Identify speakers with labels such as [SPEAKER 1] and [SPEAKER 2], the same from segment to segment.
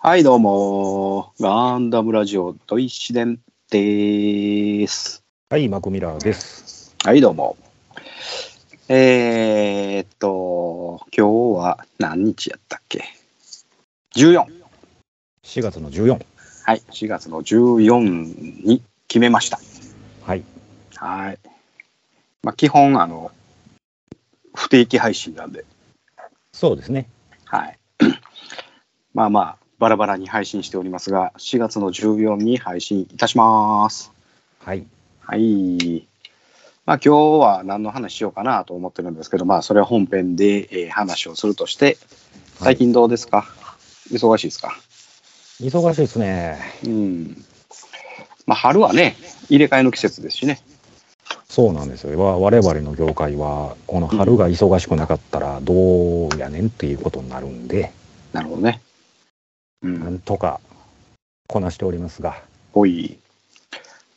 [SPEAKER 1] はい、どうも。ガンダムラジオ、ドイシデンです。
[SPEAKER 2] はい、マコミラーです。
[SPEAKER 1] はい、どうも。えー、っと、今日は何日やったっけ ?14。
[SPEAKER 2] 4月の14。
[SPEAKER 1] はい、4月の14に決めました。
[SPEAKER 2] はい。
[SPEAKER 1] はい。まあ、基本、あの、不定期配信なんで、
[SPEAKER 2] そうですね。
[SPEAKER 1] はい。まあまあ、バラバラに配信しておりますが、4月の14に配信いたします。
[SPEAKER 2] はい。
[SPEAKER 1] はい。まあ今日は何の話しようかなと思ってるんですけど、まあそれは本編で、えー話をするとして、最近どうですか、忙しいですか
[SPEAKER 2] 忙しいですね。
[SPEAKER 1] うん。まあ春はね、入れ替えの季節ですしね。
[SPEAKER 2] そうなんですよ。わ我々の業界は、この春が忙しくなかったらどうやねんっていうことになるんで、
[SPEAKER 1] なるほどね。う。
[SPEAKER 2] なんんとかこなしておりますが、
[SPEAKER 1] ぽい。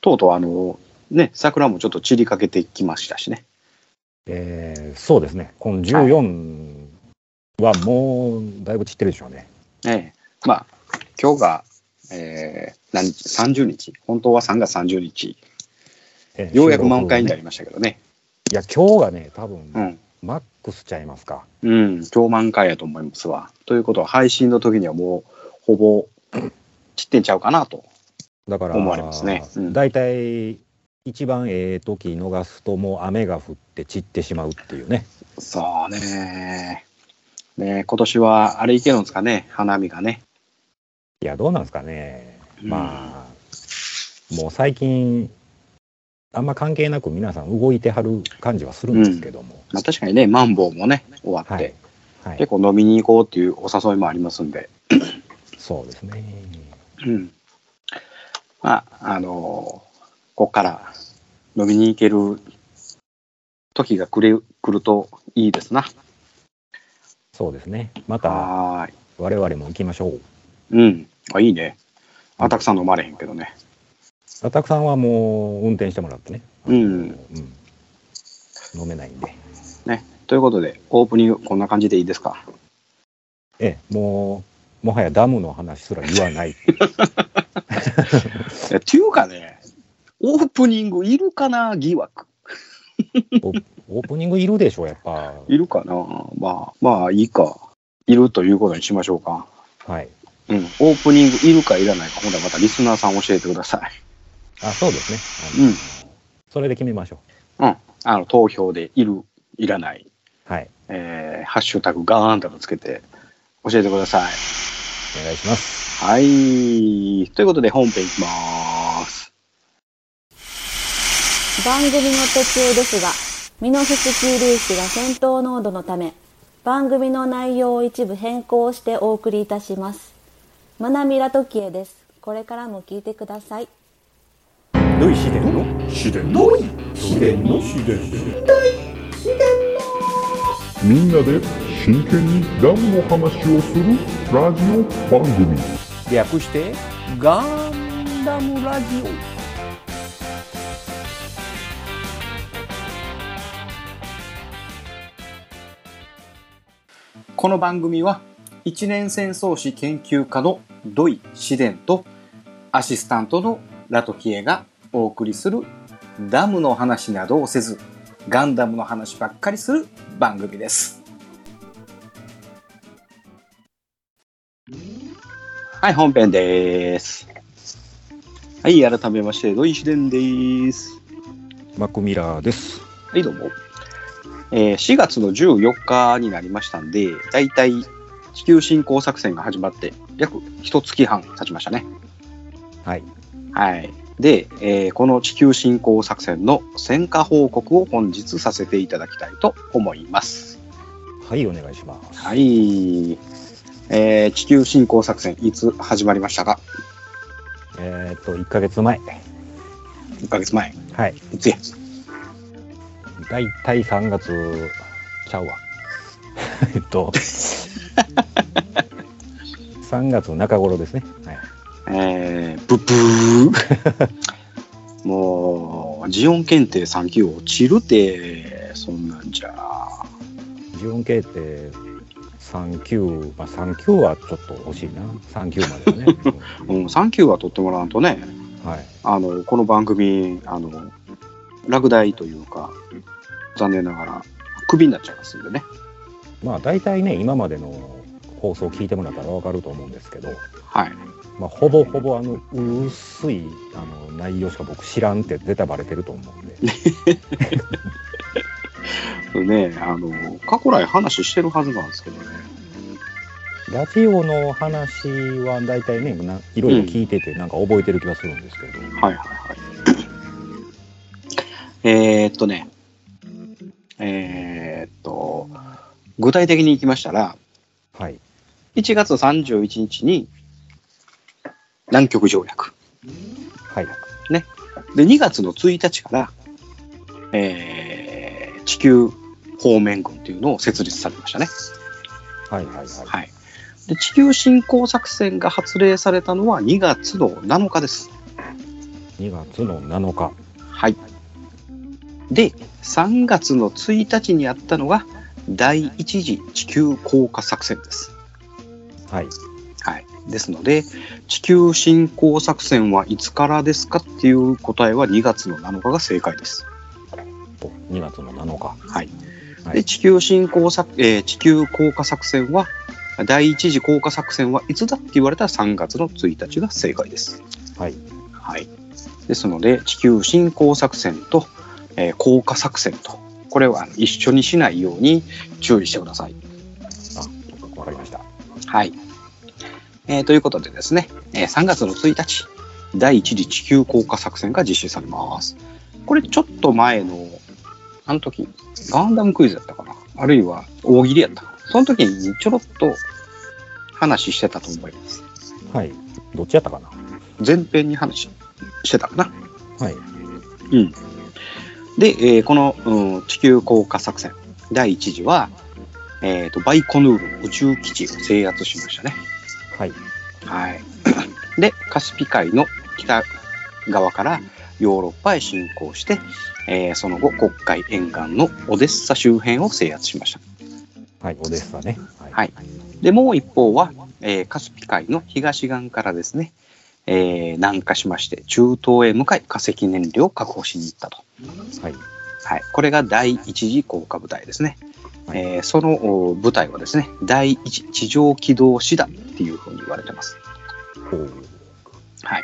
[SPEAKER 1] とうとうあの、ね、桜もちょっと散りかけてきましたしね。
[SPEAKER 2] えーそうですね。この14はもうだいぶ散ってるでしょうね。
[SPEAKER 1] ええ。まあ今日が、えー何日 ?30 日。本当は3月30日。
[SPEAKER 2] えー
[SPEAKER 1] ようやく満開にな
[SPEAKER 2] 収録をね
[SPEAKER 1] りましたけどね。
[SPEAKER 2] いや、今日がね、多分、
[SPEAKER 1] うん。
[SPEAKER 2] マックスちゃいますか。
[SPEAKER 1] うん、超満開やと思いますわ。ということは、配信の時にはもう、ほぼ、散ってんちゃうかなと。
[SPEAKER 2] だから、
[SPEAKER 1] 思われますねうん
[SPEAKER 2] 大体、一番ええ時逃すと、もう雨が降って散ってしまうっていうね。
[SPEAKER 1] そうね。ね今年は、あれいけるんですかね、花見がね。
[SPEAKER 2] いや、どうなんですかね。
[SPEAKER 1] うん
[SPEAKER 2] まあ、もう最近、あんま関係なく皆さん動いてはる感じはするんですけども。
[SPEAKER 1] まあ、確かにね、マンボウもね、終わって、
[SPEAKER 2] はい。は
[SPEAKER 1] 結
[SPEAKER 2] い。
[SPEAKER 1] 構飲みに行こうっていうお誘いもありますんで、
[SPEAKER 2] そうですね。
[SPEAKER 1] うん。まあ、あのーこっから飲みに行ける時がくれ来るといいですな。
[SPEAKER 2] そうですね。また、
[SPEAKER 1] はーい。
[SPEAKER 2] 我々も行きましょう。
[SPEAKER 1] うん。あ、いいね。あたくさん飲まれへんけどね。
[SPEAKER 2] アタクさんはもう運転してもらってね。
[SPEAKER 1] うん
[SPEAKER 2] うん飲めないんで。
[SPEAKER 1] ね、ということで、オープニング、こんな感じでいいですか。
[SPEAKER 2] ええ、もう、もはやダムの話すら言わない。
[SPEAKER 1] えっていうかね、オープニングいるかな疑惑。
[SPEAKER 2] オープニングいるでしょ、やっぱ。
[SPEAKER 1] いるかなまあ、まあいいか。いるということにしましょうか。
[SPEAKER 2] はい。
[SPEAKER 1] うん、オープニングいるかいらないか、ほんならまたリスナーさん教えてください。
[SPEAKER 2] あ、そうですね。あの
[SPEAKER 1] うん、
[SPEAKER 2] それで決めましょ
[SPEAKER 1] あの投票でいる、いらない、
[SPEAKER 2] う。はい。
[SPEAKER 1] えー、ハッシュタグガーンダムつけて教えてください。
[SPEAKER 2] お願いします。
[SPEAKER 1] はい。ということで、本編いきまーす。
[SPEAKER 3] 番組の途中ですが、ミノフスキー粒子が戦闘濃度のため、番組の内容を一部変更してお送りいたします。まなみらときえです。これからも聞いてください。
[SPEAKER 2] ルイシデンの
[SPEAKER 4] みんなで真剣にダムの話をするラジオ番組
[SPEAKER 5] 略してガンダムラジオ
[SPEAKER 1] この番組は一年戦争史研究家の土井紫伝とアシスタントのラトキエがお送りするダムの話などをせずガンダムの話ばっかりする番組ですはい本編ですはい改めまして土井紫伝です
[SPEAKER 2] マックミラーです。
[SPEAKER 1] はい、どうも。えー4月の14日になりましたんで、だいたい地球侵攻作戦が始まって、約一月半経ちましたね。
[SPEAKER 2] はい。
[SPEAKER 1] はい。で、えーこの地球侵攻作戦の戦果報告を本日させていただきたいと思います。
[SPEAKER 2] はい、お願いします。
[SPEAKER 1] はい。えー地球侵攻作戦、いつ始まりましたか
[SPEAKER 2] えーっと、1ヶ月前。
[SPEAKER 1] ?1 ヶ月前。
[SPEAKER 2] はい。
[SPEAKER 1] いつや
[SPEAKER 2] だいたい3月ちゃうわ。 えっ と、3月中頃ですね。はい。
[SPEAKER 1] えー、ブブー。もう、ジオン検定3級落ちるて、そんなんじゃ。
[SPEAKER 2] ジオン系って39、まあ、39はちょっと欲しいな、39まではね。
[SPEAKER 1] う ん、サンキューは取ってもらわんとね、
[SPEAKER 2] はい、
[SPEAKER 1] あの、この番組、あの、落第というか、残念ながら、クビになっちゃいますんでね。
[SPEAKER 2] まあ大体ね、今までの放送を聞いてもらったら分かると思うんですけど、
[SPEAKER 1] はい。
[SPEAKER 2] まあ、ほぼほぼあの薄いあの内容しか僕知らんって出たバレてると思うんで、
[SPEAKER 1] ね、あの、過去来話してるはずなんですけどね。
[SPEAKER 2] ラジオの話は大体ね、ないろいろ聞いてて、なんか覚えてる気がするんですけど、
[SPEAKER 1] はいはいはい。えーっとね、えーっと、具体的にいきましたら、
[SPEAKER 2] はい、
[SPEAKER 1] 1月31日に南極条約。
[SPEAKER 2] はい、
[SPEAKER 1] で、2月の1日から、えー地球方面軍っていうのを設立されましたね。
[SPEAKER 2] はい、はい、はい。
[SPEAKER 1] はい。で、地球侵攻作戦が発令されたのは2月の7日です。
[SPEAKER 2] 2月の7日、
[SPEAKER 1] はい。で、3月の1日にやったのが、第一次地球降下作戦です。
[SPEAKER 2] はい、
[SPEAKER 1] はい。ですので、地球侵攻作戦はいつからですかっていう答えは2月の7日が正解です。
[SPEAKER 2] 2月の7日、
[SPEAKER 1] はい。
[SPEAKER 2] は
[SPEAKER 1] で、
[SPEAKER 2] い、
[SPEAKER 1] 地球侵攻作、えー地球降下作戦は、第一次降下作戦はいつだって言われたら3月の1日が正解です。
[SPEAKER 2] はい、
[SPEAKER 1] はい。ですので、地球侵攻作戦と、えー降下作戦と、これはあの一緒にしないように注意してください。
[SPEAKER 2] あ、わかりました。
[SPEAKER 1] はい。えーということでですね、えー3月の1日、第一次地球降下作戦が実施されます。これちょっと前の、あの時、ガンダムクイズだったかな。あるいは大喜利やったかな。その時にちょろっと話してたと思います。
[SPEAKER 2] はい、どっちやったかな
[SPEAKER 1] 前編に話してたかな。
[SPEAKER 2] はい、
[SPEAKER 1] うん、で、えーこの、うん地球降下作戦第1次は、えーとバイコヌール宇宙基地を制圧しましたね。
[SPEAKER 2] はい、
[SPEAKER 1] はい、 でカスピ海の北側からヨーロッパへ侵攻して、えーその後黒海沿岸のオデッサ周辺を制圧しました。
[SPEAKER 2] はい、オデッサね。はい、
[SPEAKER 1] はいでもう一方は、えーカスピ海の東岸からですね、えー南下しまして中東へ向かい化石燃料を確保しに行ったと。
[SPEAKER 2] はい、
[SPEAKER 1] はい、これが第一次降下部隊ですね。
[SPEAKER 2] はい
[SPEAKER 1] えーそのお部隊はですね、第一地上機動師団っていうふうに言われてます。
[SPEAKER 2] ほう
[SPEAKER 1] はい。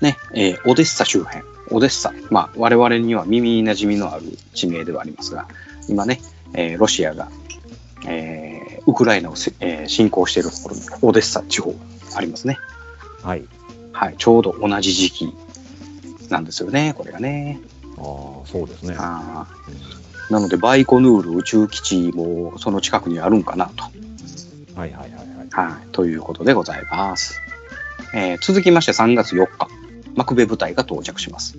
[SPEAKER 1] ね、えーオデッサ周辺、オデッサ、まあ、我々には耳なじみのある地名ではありますが、今ね、えーロシアが、えーウクライナをせ、えー侵攻しているところに、オデッサ地方ありますね。
[SPEAKER 2] はい、
[SPEAKER 1] はい、ちょうど同じ時期なんですよね、これがね。
[SPEAKER 2] ああ、そうですね。
[SPEAKER 1] あー
[SPEAKER 2] うん
[SPEAKER 1] なので、バイコヌール宇宙基地もその近くにあるんかなと。
[SPEAKER 2] はい、はい、はい、はい。
[SPEAKER 1] はい。ということでございます。えー続きまして3月4日、マクベ部隊が到着します。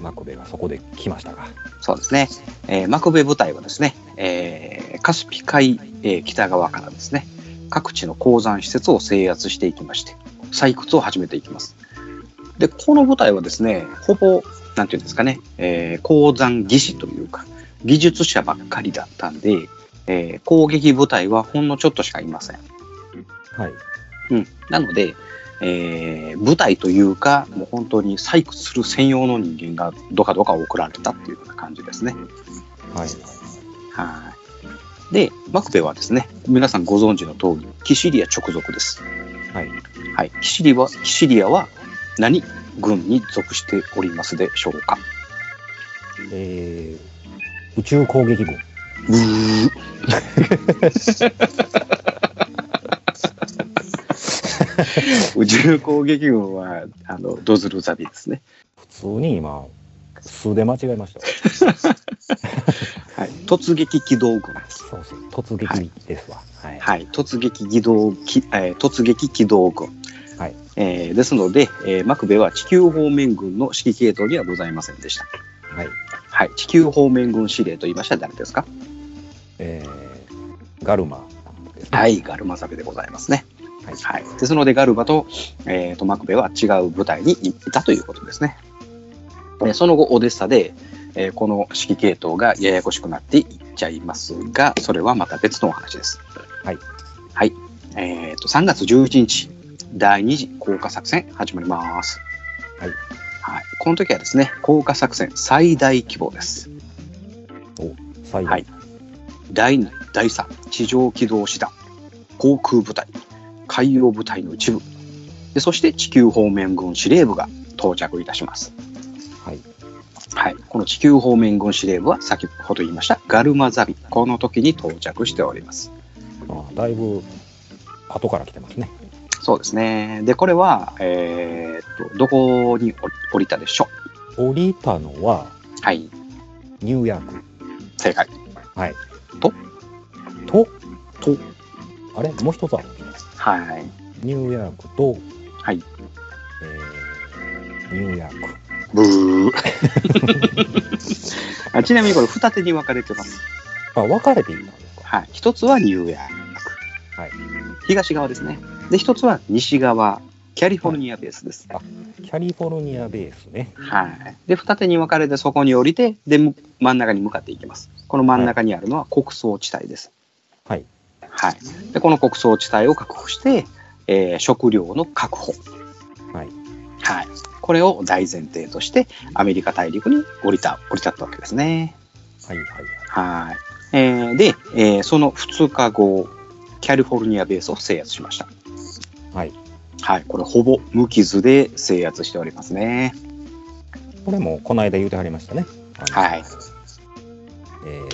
[SPEAKER 2] マクベがそこで来ましたか。
[SPEAKER 1] そうですね。えーマクベ部隊はですね、えーカスピ海、えー北側からですね、各地の鉱山施設を制圧していきまして、採掘を始めていきます。で、この部隊はですね、ほぼ、なんていうんですかね、えー鉱山技師というか、技術者ばっかりだったんで、えー攻撃部隊はほんのちょっとしかいません。
[SPEAKER 2] はい、
[SPEAKER 1] うん、なので、えー部隊というか、もう本当に採掘する専用の人間がどかどか送られたっていうような感じですね。
[SPEAKER 2] はい、
[SPEAKER 1] はい。で、マクベはですね、皆さんご存知の通り、キシリア直属です。
[SPEAKER 2] はい、
[SPEAKER 1] はい。キシリは、キシリアは何軍に属しておりますでしょうか
[SPEAKER 2] えー、宇宙攻撃軍。
[SPEAKER 1] ブー。 宇宙攻撃軍は、あの、ドズルザビですね。
[SPEAKER 2] 普通に今、数で間違えました。
[SPEAKER 1] はい。突撃機動軍です。
[SPEAKER 2] そうそう、突撃ですわ。はい、
[SPEAKER 1] はい、突撃機動機、えー突撃機動軍。
[SPEAKER 2] はい
[SPEAKER 1] えーですので、えーマクベは地球方面軍の指揮系統にはございませんでした。
[SPEAKER 2] はい、
[SPEAKER 1] はい、地球方面軍司令と言いましたら誰ですか
[SPEAKER 2] えー、ガルマですね。
[SPEAKER 1] はい、ガルマサベでございますね。
[SPEAKER 2] はい、
[SPEAKER 1] はい、ですので、ガルバと,、えーとマクベは違う部隊にいたということですね。えーその後、オデッサで、えーこの指揮系統がややこしくなっていっちゃいますが、それはまた別のお話です。
[SPEAKER 2] はい。
[SPEAKER 1] はい。えっ、と、3月11日、第2次降下作戦始まります。
[SPEAKER 2] はい
[SPEAKER 1] はい。この時はですね、降下作戦最大規模です。
[SPEAKER 2] 最後、
[SPEAKER 1] はい第2、第3、地上機動師団、航空部隊、海洋部隊の一部、でそして地球方面軍司令部が到着いたします。
[SPEAKER 2] はい。
[SPEAKER 1] はい、この地球方面軍司令部は先ほど言いましたガルマザビこの時に到着しております
[SPEAKER 2] ああだいぶ後から来てますね。
[SPEAKER 1] そうですねでこれは、えーっとどこに降り降りたでしょ
[SPEAKER 2] 降りたのは
[SPEAKER 1] うはい
[SPEAKER 2] ニューヨーク。
[SPEAKER 1] 正解
[SPEAKER 2] はい。
[SPEAKER 1] と
[SPEAKER 2] ととあれもう一つあるんですね
[SPEAKER 1] はい
[SPEAKER 2] ニューヨークと、
[SPEAKER 1] はい
[SPEAKER 2] えーニューヨーク。
[SPEAKER 1] ブー あちなみにこれ二手に分かれてます
[SPEAKER 2] あ分かれていたんですか。
[SPEAKER 1] はい一つはニューヨーク、
[SPEAKER 2] はい、
[SPEAKER 1] 東側ですねで一つは西側キャリフォルニアベースです、
[SPEAKER 2] キャリフォルニアベースね。
[SPEAKER 1] はい、で二手に分かれてそこに降りてでむ真ん中に向かっていきますこの真ん中にあるのは穀倉地帯です
[SPEAKER 2] はい、
[SPEAKER 1] はい、でこの穀倉地帯を確保して、えー食料の確保、
[SPEAKER 2] はい
[SPEAKER 1] はい、これを大前提としてアメリカ大陸に降りた降り立ったわけですね
[SPEAKER 2] はいはい
[SPEAKER 1] はい、えーで、えーその2日後キャリフォルニアベースを制圧しました
[SPEAKER 2] はい。
[SPEAKER 1] はいこれほぼ無傷で制圧しておりますね
[SPEAKER 2] これもこの間言うてはりましたね。あの
[SPEAKER 1] はい。
[SPEAKER 2] えー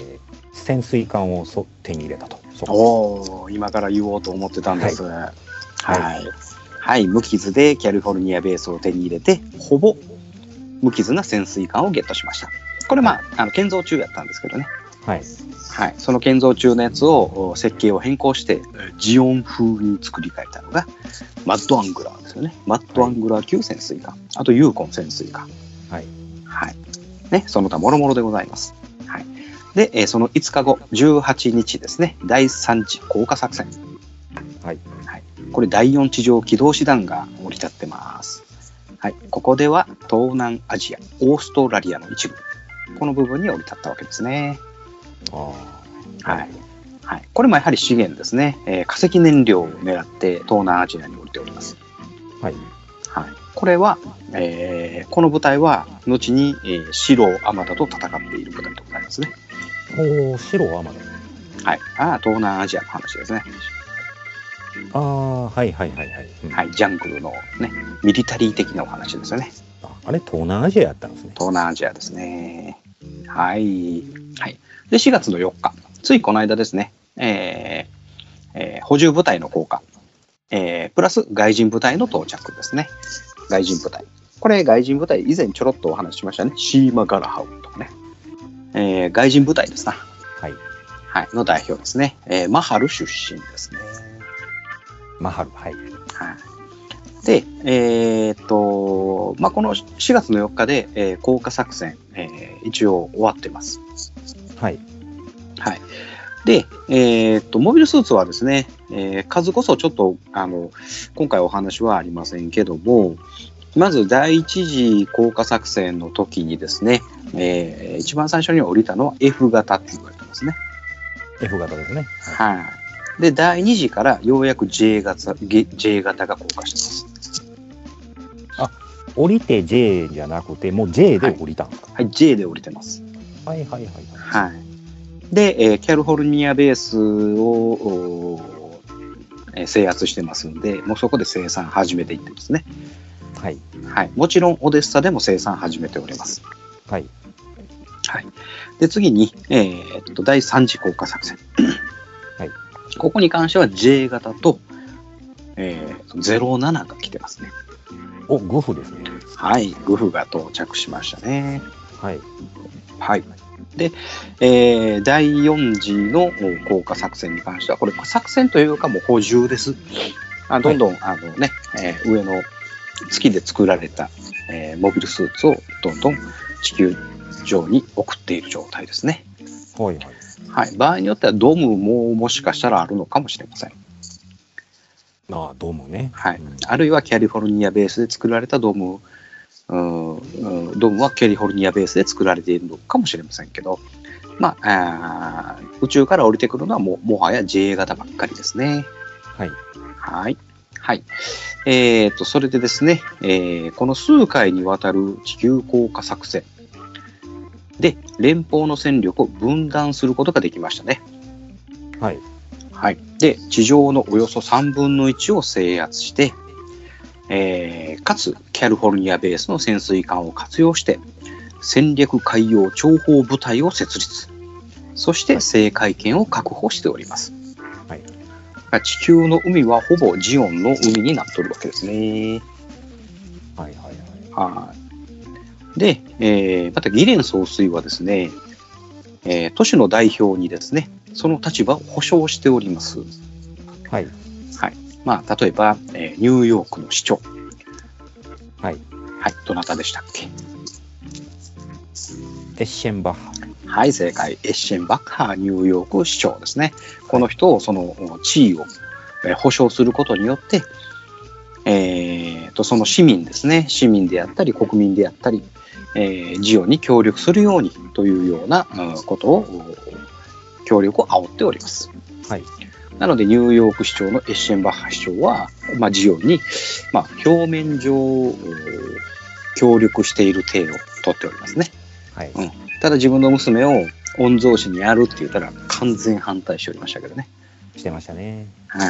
[SPEAKER 2] 潜水艦をそ手に入れたと。そこ
[SPEAKER 1] おお今から言おうと思ってたんですはいはい、無傷でキャリフォルニアベースを手に入れてほぼ無傷な潜水艦をゲットしましたこれまああの建造中やったんですけどね、
[SPEAKER 2] はい。
[SPEAKER 1] はい、その建造中のやつをお設計を変更してジオン風に作り変えたのがマッドアングラーですよねマッドアングラー級潜水艦、あとユーコン潜水艦
[SPEAKER 2] はい。
[SPEAKER 1] はい。ね、その他もろもろでございます。はい。で、えーその5日後、18日ですね、第3次降下作戦。
[SPEAKER 2] はい。
[SPEAKER 1] はい、これ、第4地上機動師団が降り立ってます。はい。ここでは、東南アジア、オーストラリアの一部。この部分に降り立ったわけですね。
[SPEAKER 2] ああ。
[SPEAKER 1] はい。はい。これもやはり資源ですね。えー化石燃料を狙って東南アジアに降りております。
[SPEAKER 2] はい。
[SPEAKER 1] はい、これは、えーこの部隊は後に、えー、四郎アマダと戦っている部隊でございますね。
[SPEAKER 2] おお、白はまだ。
[SPEAKER 1] はい、ああ東南アジアの話ですね。
[SPEAKER 2] ああ、はいはいはいはい。うん
[SPEAKER 1] はい、ジャングルのねミリタリー的なお話ですよね。
[SPEAKER 2] ああれ、東南アジアやったんですね。
[SPEAKER 1] 東南アジアですね。はい、はい。で4月の4日、ついこの間ですね。えーえー補充部隊の降下、えープラス外人部隊の到着ですね。外人部隊。これ外人部隊以前ちょろっとお話ししましたね。シーマ・ガラハウとかね。えー外人部隊ですな。
[SPEAKER 2] はい。
[SPEAKER 1] はい、の代表ですね、えーマハル出身ですね。
[SPEAKER 2] マハル。はい。
[SPEAKER 1] はい、で、えーっとまあ、この4月の4日で、えー降下作戦、えー一応終わってます。
[SPEAKER 2] はい。
[SPEAKER 1] はい、で、えーっとモビルスーツはですね、えー数こそちょっとあの今回お話はありませんけども、まず第一次降下作戦の時にですね、えー一番最初に降りたのは F 型って言われてますね。
[SPEAKER 2] F 型ですね。は
[SPEAKER 1] はい。で、第2次からようやく J 型 J 型が降下してます。
[SPEAKER 2] い、降りて J じゃなくて、もう J で降りたんですか。
[SPEAKER 1] はい、J で降りてます。
[SPEAKER 2] はい、はい、はいはい。
[SPEAKER 1] はい。で、えーキャリフォルニアベースを、おーえー制圧してますんで、もうそこで生産始めていってますね。
[SPEAKER 2] はい。
[SPEAKER 1] はい。もちろん、オデッサでも生産始めております。
[SPEAKER 2] はい。
[SPEAKER 1] はい。で、次に、えーっと、第3次降下作戦。
[SPEAKER 2] はい。
[SPEAKER 1] ここに関しては J 型と、えー、07が来てますね。
[SPEAKER 2] お、グフですね。
[SPEAKER 1] はい、グフが到着しましたね。
[SPEAKER 2] はい。
[SPEAKER 1] はい。で、えー第4次のお降下作戦に関しては、これ、作戦というかもう補充です。あどんどん、あのね、えー上の月で作られた、えーモビルスーツをどんどん地球上に送っている状態ですね。
[SPEAKER 2] はい、はい。
[SPEAKER 1] はい。場合によってはドムももしかしたらあるのかもしれません。
[SPEAKER 2] ああ、どうもね。
[SPEAKER 1] はい
[SPEAKER 2] うん、
[SPEAKER 1] あるいはキャリフォルニアベースで作られたドーム、うんうんドームはキャリフォルニアベースで作られているのかもしれませんけど、まあ、あー宇宙から降りてくるのはもうもはや JA 型ばっかりですね。
[SPEAKER 2] はい。
[SPEAKER 1] はい。はい。えー、と、それでですね、えーこの数回にわたる地球降下作戦で、連邦の戦力を分断することができましたね。
[SPEAKER 2] はい。
[SPEAKER 1] はい。で、地上のおよそ3分の1を制圧して、えーかつ、キャリフォルニアベースの潜水艦を活用して、戦略海洋諜報部隊を設立。そして、制海権を確保しております。
[SPEAKER 2] はい。
[SPEAKER 1] まあ地球の海はほぼジオンの海になっておるわけですね。
[SPEAKER 2] はい。はい。
[SPEAKER 1] はい。で、えーまたギレン総帥はですね、えー都市の代表にですね、その立場を保障しております。
[SPEAKER 2] はい。
[SPEAKER 1] まあ、例えば、えーニューヨークの市長。
[SPEAKER 2] はい。
[SPEAKER 1] はい、どなたでしたっけ
[SPEAKER 2] エッシェンバッハ。
[SPEAKER 1] はい、正解。エッシェンバッハーニューヨーク市長ですね。この人を、その地位をえー保障することによって、えーと、その市民ですね、市民であったり、国民であったり、えー事業に協力するようにというようなうんことを、協力を煽っております。
[SPEAKER 2] はい。
[SPEAKER 1] なので、ニューヨーク市長のエッシェンバッハ市長は、まあ、事業に、まあ、表面上、うん協力している体を取っておりますね。
[SPEAKER 2] はい。
[SPEAKER 1] うんただ自分の娘を御曹司にやるって言ったら完全反対しておりましたけどね。
[SPEAKER 2] してましたね。
[SPEAKER 1] はい。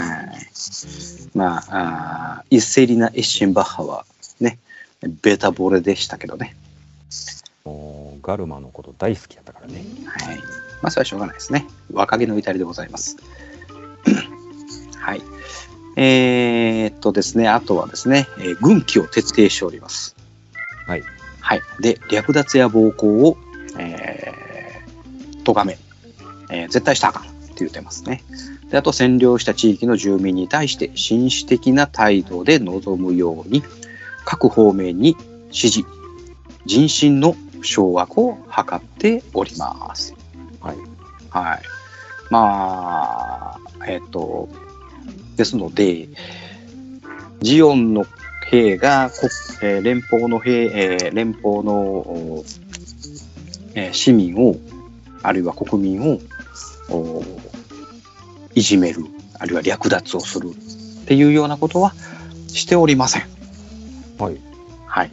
[SPEAKER 1] まあ、あー一斉リなエッシンバッハはね、ベタボレでしたけどね。
[SPEAKER 2] もう、ガルマのこと大好きだったからね。
[SPEAKER 1] はい。まあ、それはしょうがないですね。若気の至りでございます。 はい。えーっとですね、あとはですね、えー軍機を徹底しております。
[SPEAKER 2] はい。
[SPEAKER 1] はい。で、略奪や暴行を、えー、咎め、えー絶対したらあかんって言ってますね。で、あと占領した地域の住民に対して、紳士的な態度で臨むように、各方面に支持、人心の掌握を図っております。
[SPEAKER 2] はい。
[SPEAKER 1] はい。まあ、えっと、ですので、ジオンの兵が、こえー連邦の兵、えー連邦の、おえー市民を、あるいは国民を、おいじめる、あるいは略奪をするっていうようなことはしておりません。
[SPEAKER 2] はい。
[SPEAKER 1] はい。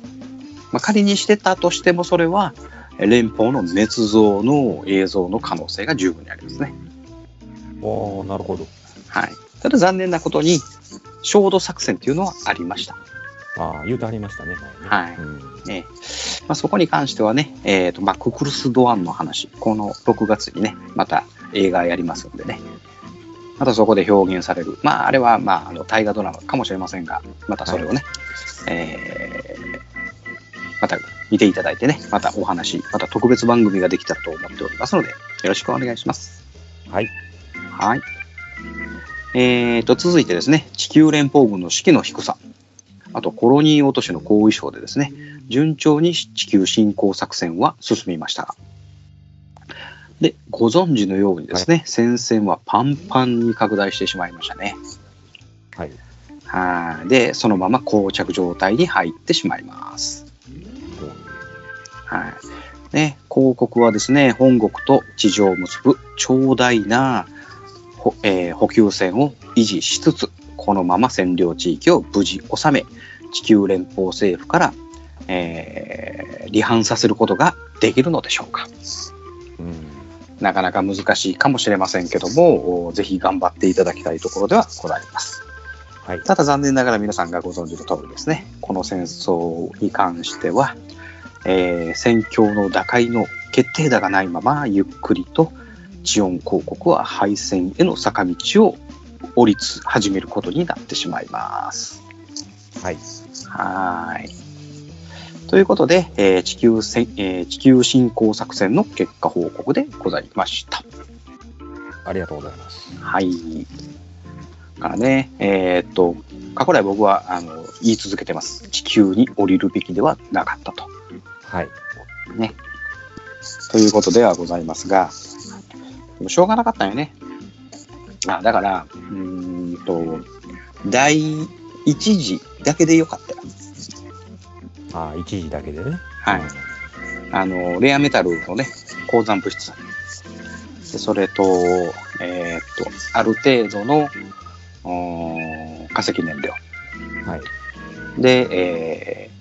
[SPEAKER 1] まあ、仮にしてたとしても、それは、えー連邦の捏造の映像の可能性が十分にありますね。
[SPEAKER 2] おお、なるほど。
[SPEAKER 1] はい。ただ残念なことに、焦土作戦というのはありました。
[SPEAKER 2] ああ、言うてはりましたね。前
[SPEAKER 1] は
[SPEAKER 2] ね
[SPEAKER 1] い
[SPEAKER 2] うん
[SPEAKER 1] えーまあ、そこに関してはね、えーとまあ、ククルス・ドアンの話、この6月にね、また映画やりますんでね、またそこで表現される、まあ、あれは、まあ、あの大河ドラマかもしれませんが、またそれをね、えーまた見ていただいてね、またお話、また特別番組ができたらと思っておりますので、よろしくお願いします。
[SPEAKER 2] はい。
[SPEAKER 1] はい。えー、と、続いてですね、地球連邦軍の士気の低さ、あとコロニー落としの後遺症でですね、順調に地球侵攻作戦は進みました。で、ご存知のようにですね、戦線はパンパンに拡大してしまいましたね。
[SPEAKER 2] はい。
[SPEAKER 1] はい。で、そのまま膠着状態に入ってしまいます。はい。ね、広告はですね、本国と地上を結ぶ長大な、ほえー補給線を維持しつつ、このまま占領地域を無事収め、地球連邦政府から、えー離反させることができるのでしょうか。
[SPEAKER 2] うん。
[SPEAKER 1] なかなか難しいかもしれませんけども、おぜひ頑張っていただきたいところではございます。
[SPEAKER 2] はい。
[SPEAKER 1] ただ残念ながら皆さんがご存知の通りですね、この戦争に関しては、えー戦況の打開の決定打がないまま、ゆっくりとジオン公国は敗戦への坂道を降りつ始めることになってしまいます。
[SPEAKER 2] はい。
[SPEAKER 1] はーい。ということで、えー地球戦えー地球侵攻作戦の結果報告でございました。
[SPEAKER 2] ありがとうございます。
[SPEAKER 1] はい。からね、えーっと、過去来僕はあの言い続けてます。地球に降りるべきではなかったと。
[SPEAKER 2] はい。
[SPEAKER 1] ということではございますが、でもしょうがなかったよね。あだから、うーんと、第一次だけでよかったよ。
[SPEAKER 2] ああ、一時だけでね。
[SPEAKER 1] はい。あの、レアメタルのね、鉱山物質。でそれと、えーっと、ある程度の、うーん化石燃料。
[SPEAKER 2] はい。
[SPEAKER 1] で、えー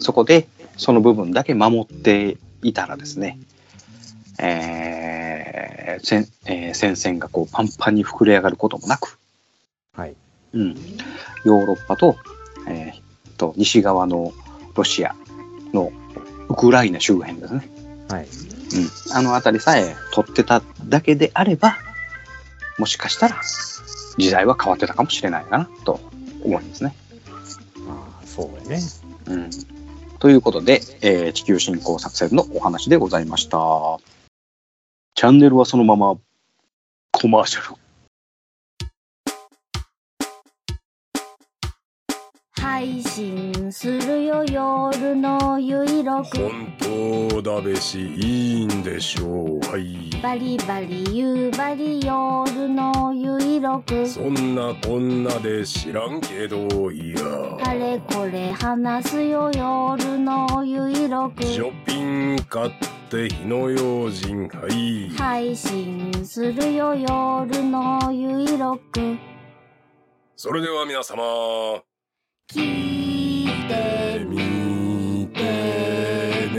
[SPEAKER 1] そこでその部分だけ守っていたらですね、えー戦えー戦線がこうパンパンに膨れ上がることもなく、
[SPEAKER 2] はい。
[SPEAKER 1] うん、ヨーロッパと,、えーと西側のロシアのウクライナ周辺ですね、
[SPEAKER 2] はい。
[SPEAKER 1] うん、あの辺りさえ取ってただけであればもしかしたら時代は変わってたかもしれないなと思いますね。
[SPEAKER 2] ああ、そうやね。
[SPEAKER 1] うんということで、えー地球侵攻作戦のお話でございました。チャンネルはそのままコマーシャル。
[SPEAKER 6] 配信するよ夜のゆいろく
[SPEAKER 7] 本当だべしいいんでしょうはい
[SPEAKER 6] バリバリ夕張夜のゆいろく
[SPEAKER 7] そんなこんなで知らんけどいや
[SPEAKER 6] あれこれ話すよ夜のゆいろく
[SPEAKER 7] ショッピング買って火の用心はい
[SPEAKER 6] 配信するよ夜のゆいろく
[SPEAKER 7] それでは皆様
[SPEAKER 6] 聞いてみ
[SPEAKER 7] 見て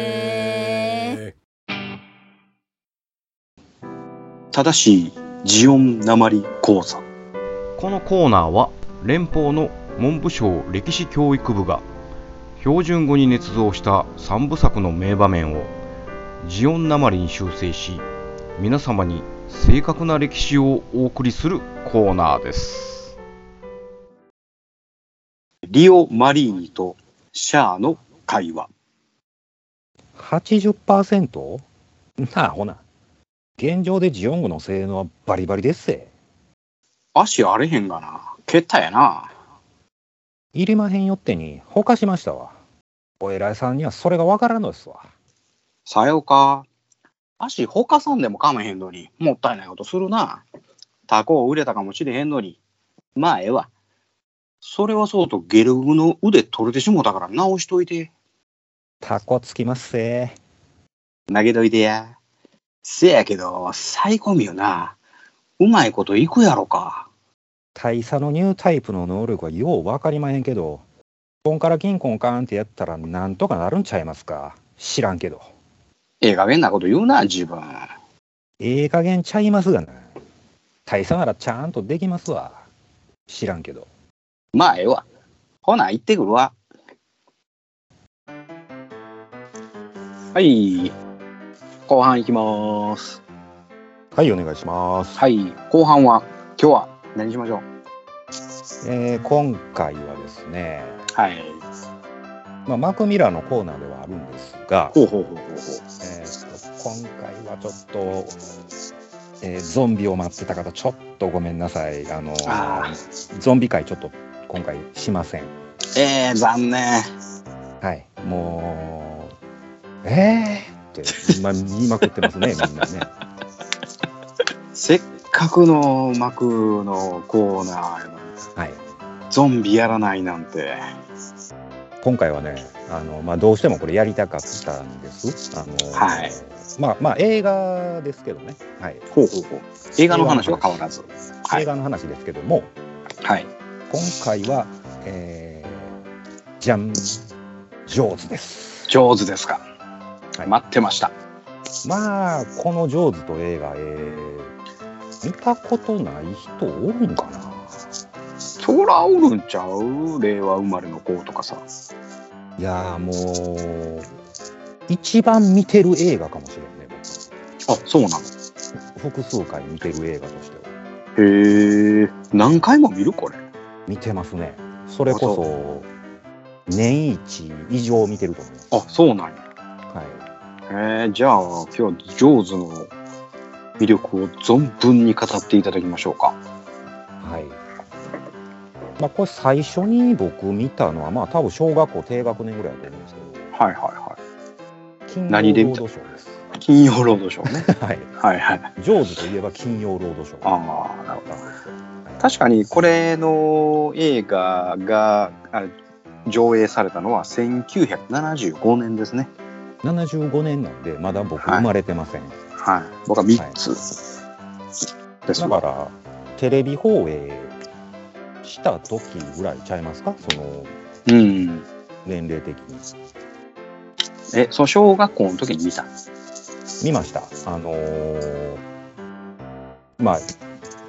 [SPEAKER 7] ね
[SPEAKER 1] 正しいジオン鉛講座。
[SPEAKER 8] このコーナーは連邦の文部省歴史教育部が標準語に捏造した3部作の名場面をジオンなまりに修正し皆様に正確な歴史をお送りするコーナーです
[SPEAKER 1] リオ・マリーニとシャアの会話。
[SPEAKER 2] 80%? なあ、ほな。現状でジオングの性能はバリバリですぜ。
[SPEAKER 1] 足荒れへんがな。蹴ったやな。
[SPEAKER 2] いりまへんよってに、ほかしましたわ。お偉いさんにはそれがわからんのですわ。
[SPEAKER 1] さようか。足ほかさんでもかめへんのに、もったいないことするな。タコを売れたかもしれへんのに。まあ、ええわ。それはそうとゲルグの腕取れてしもたから直しといて。
[SPEAKER 2] タコつきますぜ。
[SPEAKER 1] 投げといてや。せやけど、最込みよな。うまいこといくやろか。
[SPEAKER 2] 大佐のニュータイプの能力はようわかりまへんけど、こんから銀行カーンってやったらなんとかなるんちゃいますか。知らんけど。
[SPEAKER 1] ええ加減なこと言うな、自分。
[SPEAKER 2] ええ加減ちゃいますがな。大佐ならちゃんとできますわ。知らんけど。
[SPEAKER 1] まあ、ええわ。ほな、行ってくるわ。はい。後半行きます。
[SPEAKER 2] はい、お願いします。
[SPEAKER 1] はい。後半は、今日は何しましょう
[SPEAKER 2] えー今回はですね、
[SPEAKER 1] はい。
[SPEAKER 2] まあ、マクミラーのコーナーではあるんですが、
[SPEAKER 1] ほうほうほうほうほう。
[SPEAKER 2] えーと今回はちょっと、えーゾンビを待ってた方ちょっとごめんなさいあの
[SPEAKER 1] あ
[SPEAKER 2] ゾンビ会ちょっと今回しません
[SPEAKER 1] ええ残念。
[SPEAKER 2] はいもうえー、って今言いまくってます ねみんなね
[SPEAKER 1] せっかくの幕のコーナーやのに、
[SPEAKER 2] はい
[SPEAKER 1] ゾンビやらないなんて。
[SPEAKER 2] 今回はねあの、まあ、どうしてもこれやりたかったんですあの、
[SPEAKER 1] はい
[SPEAKER 2] まあまあ映画ですけどね、はい、
[SPEAKER 1] ほうほうほう。映画の話は変わらず。はい
[SPEAKER 2] 映画の話ですけども、
[SPEAKER 1] はい。
[SPEAKER 2] 今回は、えー、じゃん上手です
[SPEAKER 1] 上手ですか。
[SPEAKER 2] はい
[SPEAKER 1] 待ってました。
[SPEAKER 2] まあこの「ジョーズ」と映画、えー見たことない人おるんかな
[SPEAKER 1] そらおるんちゃう令和生まれの子とかさ。
[SPEAKER 2] いやーもう一番見てる映画かもしれんね
[SPEAKER 1] あ、そうな
[SPEAKER 2] 僕複数回見てる映画としては
[SPEAKER 1] の。へえ。何回も見るこれ。
[SPEAKER 2] 見てますねそれこそ年一以上見てると思います
[SPEAKER 1] あ、そうなんや。
[SPEAKER 2] はい、
[SPEAKER 1] えー、じゃあ今日上手の魅力を存分に語っていただきましょうか。
[SPEAKER 2] はいまあ、これ最初に僕見たのはまあ多分小学校低学年ぐらいだと思うんですけど
[SPEAKER 1] はいはいは
[SPEAKER 2] 金
[SPEAKER 1] 何で
[SPEAKER 2] 曜ロ
[SPEAKER 1] 見
[SPEAKER 2] ー
[SPEAKER 1] た
[SPEAKER 2] ドショーです。
[SPEAKER 1] い。金曜ロードショ ーね。
[SPEAKER 2] はい。
[SPEAKER 1] はいはい。
[SPEAKER 2] ジョーズといえば金曜ロードショー。
[SPEAKER 1] ああ、なるほど。
[SPEAKER 2] はい
[SPEAKER 1] 確かにこれの映画があ上映されたのは1975年ですね。
[SPEAKER 2] 75年なんでまだ僕
[SPEAKER 1] はい
[SPEAKER 2] 生まれてません。
[SPEAKER 1] はい。僕は3つです
[SPEAKER 2] だ
[SPEAKER 1] わ。
[SPEAKER 2] から、テレビ放映した時ぐらいちゃいますか、その
[SPEAKER 1] うん。
[SPEAKER 2] 年齢的に。
[SPEAKER 1] え、その小学校の時に見た。
[SPEAKER 2] 見ました。あのーまあ、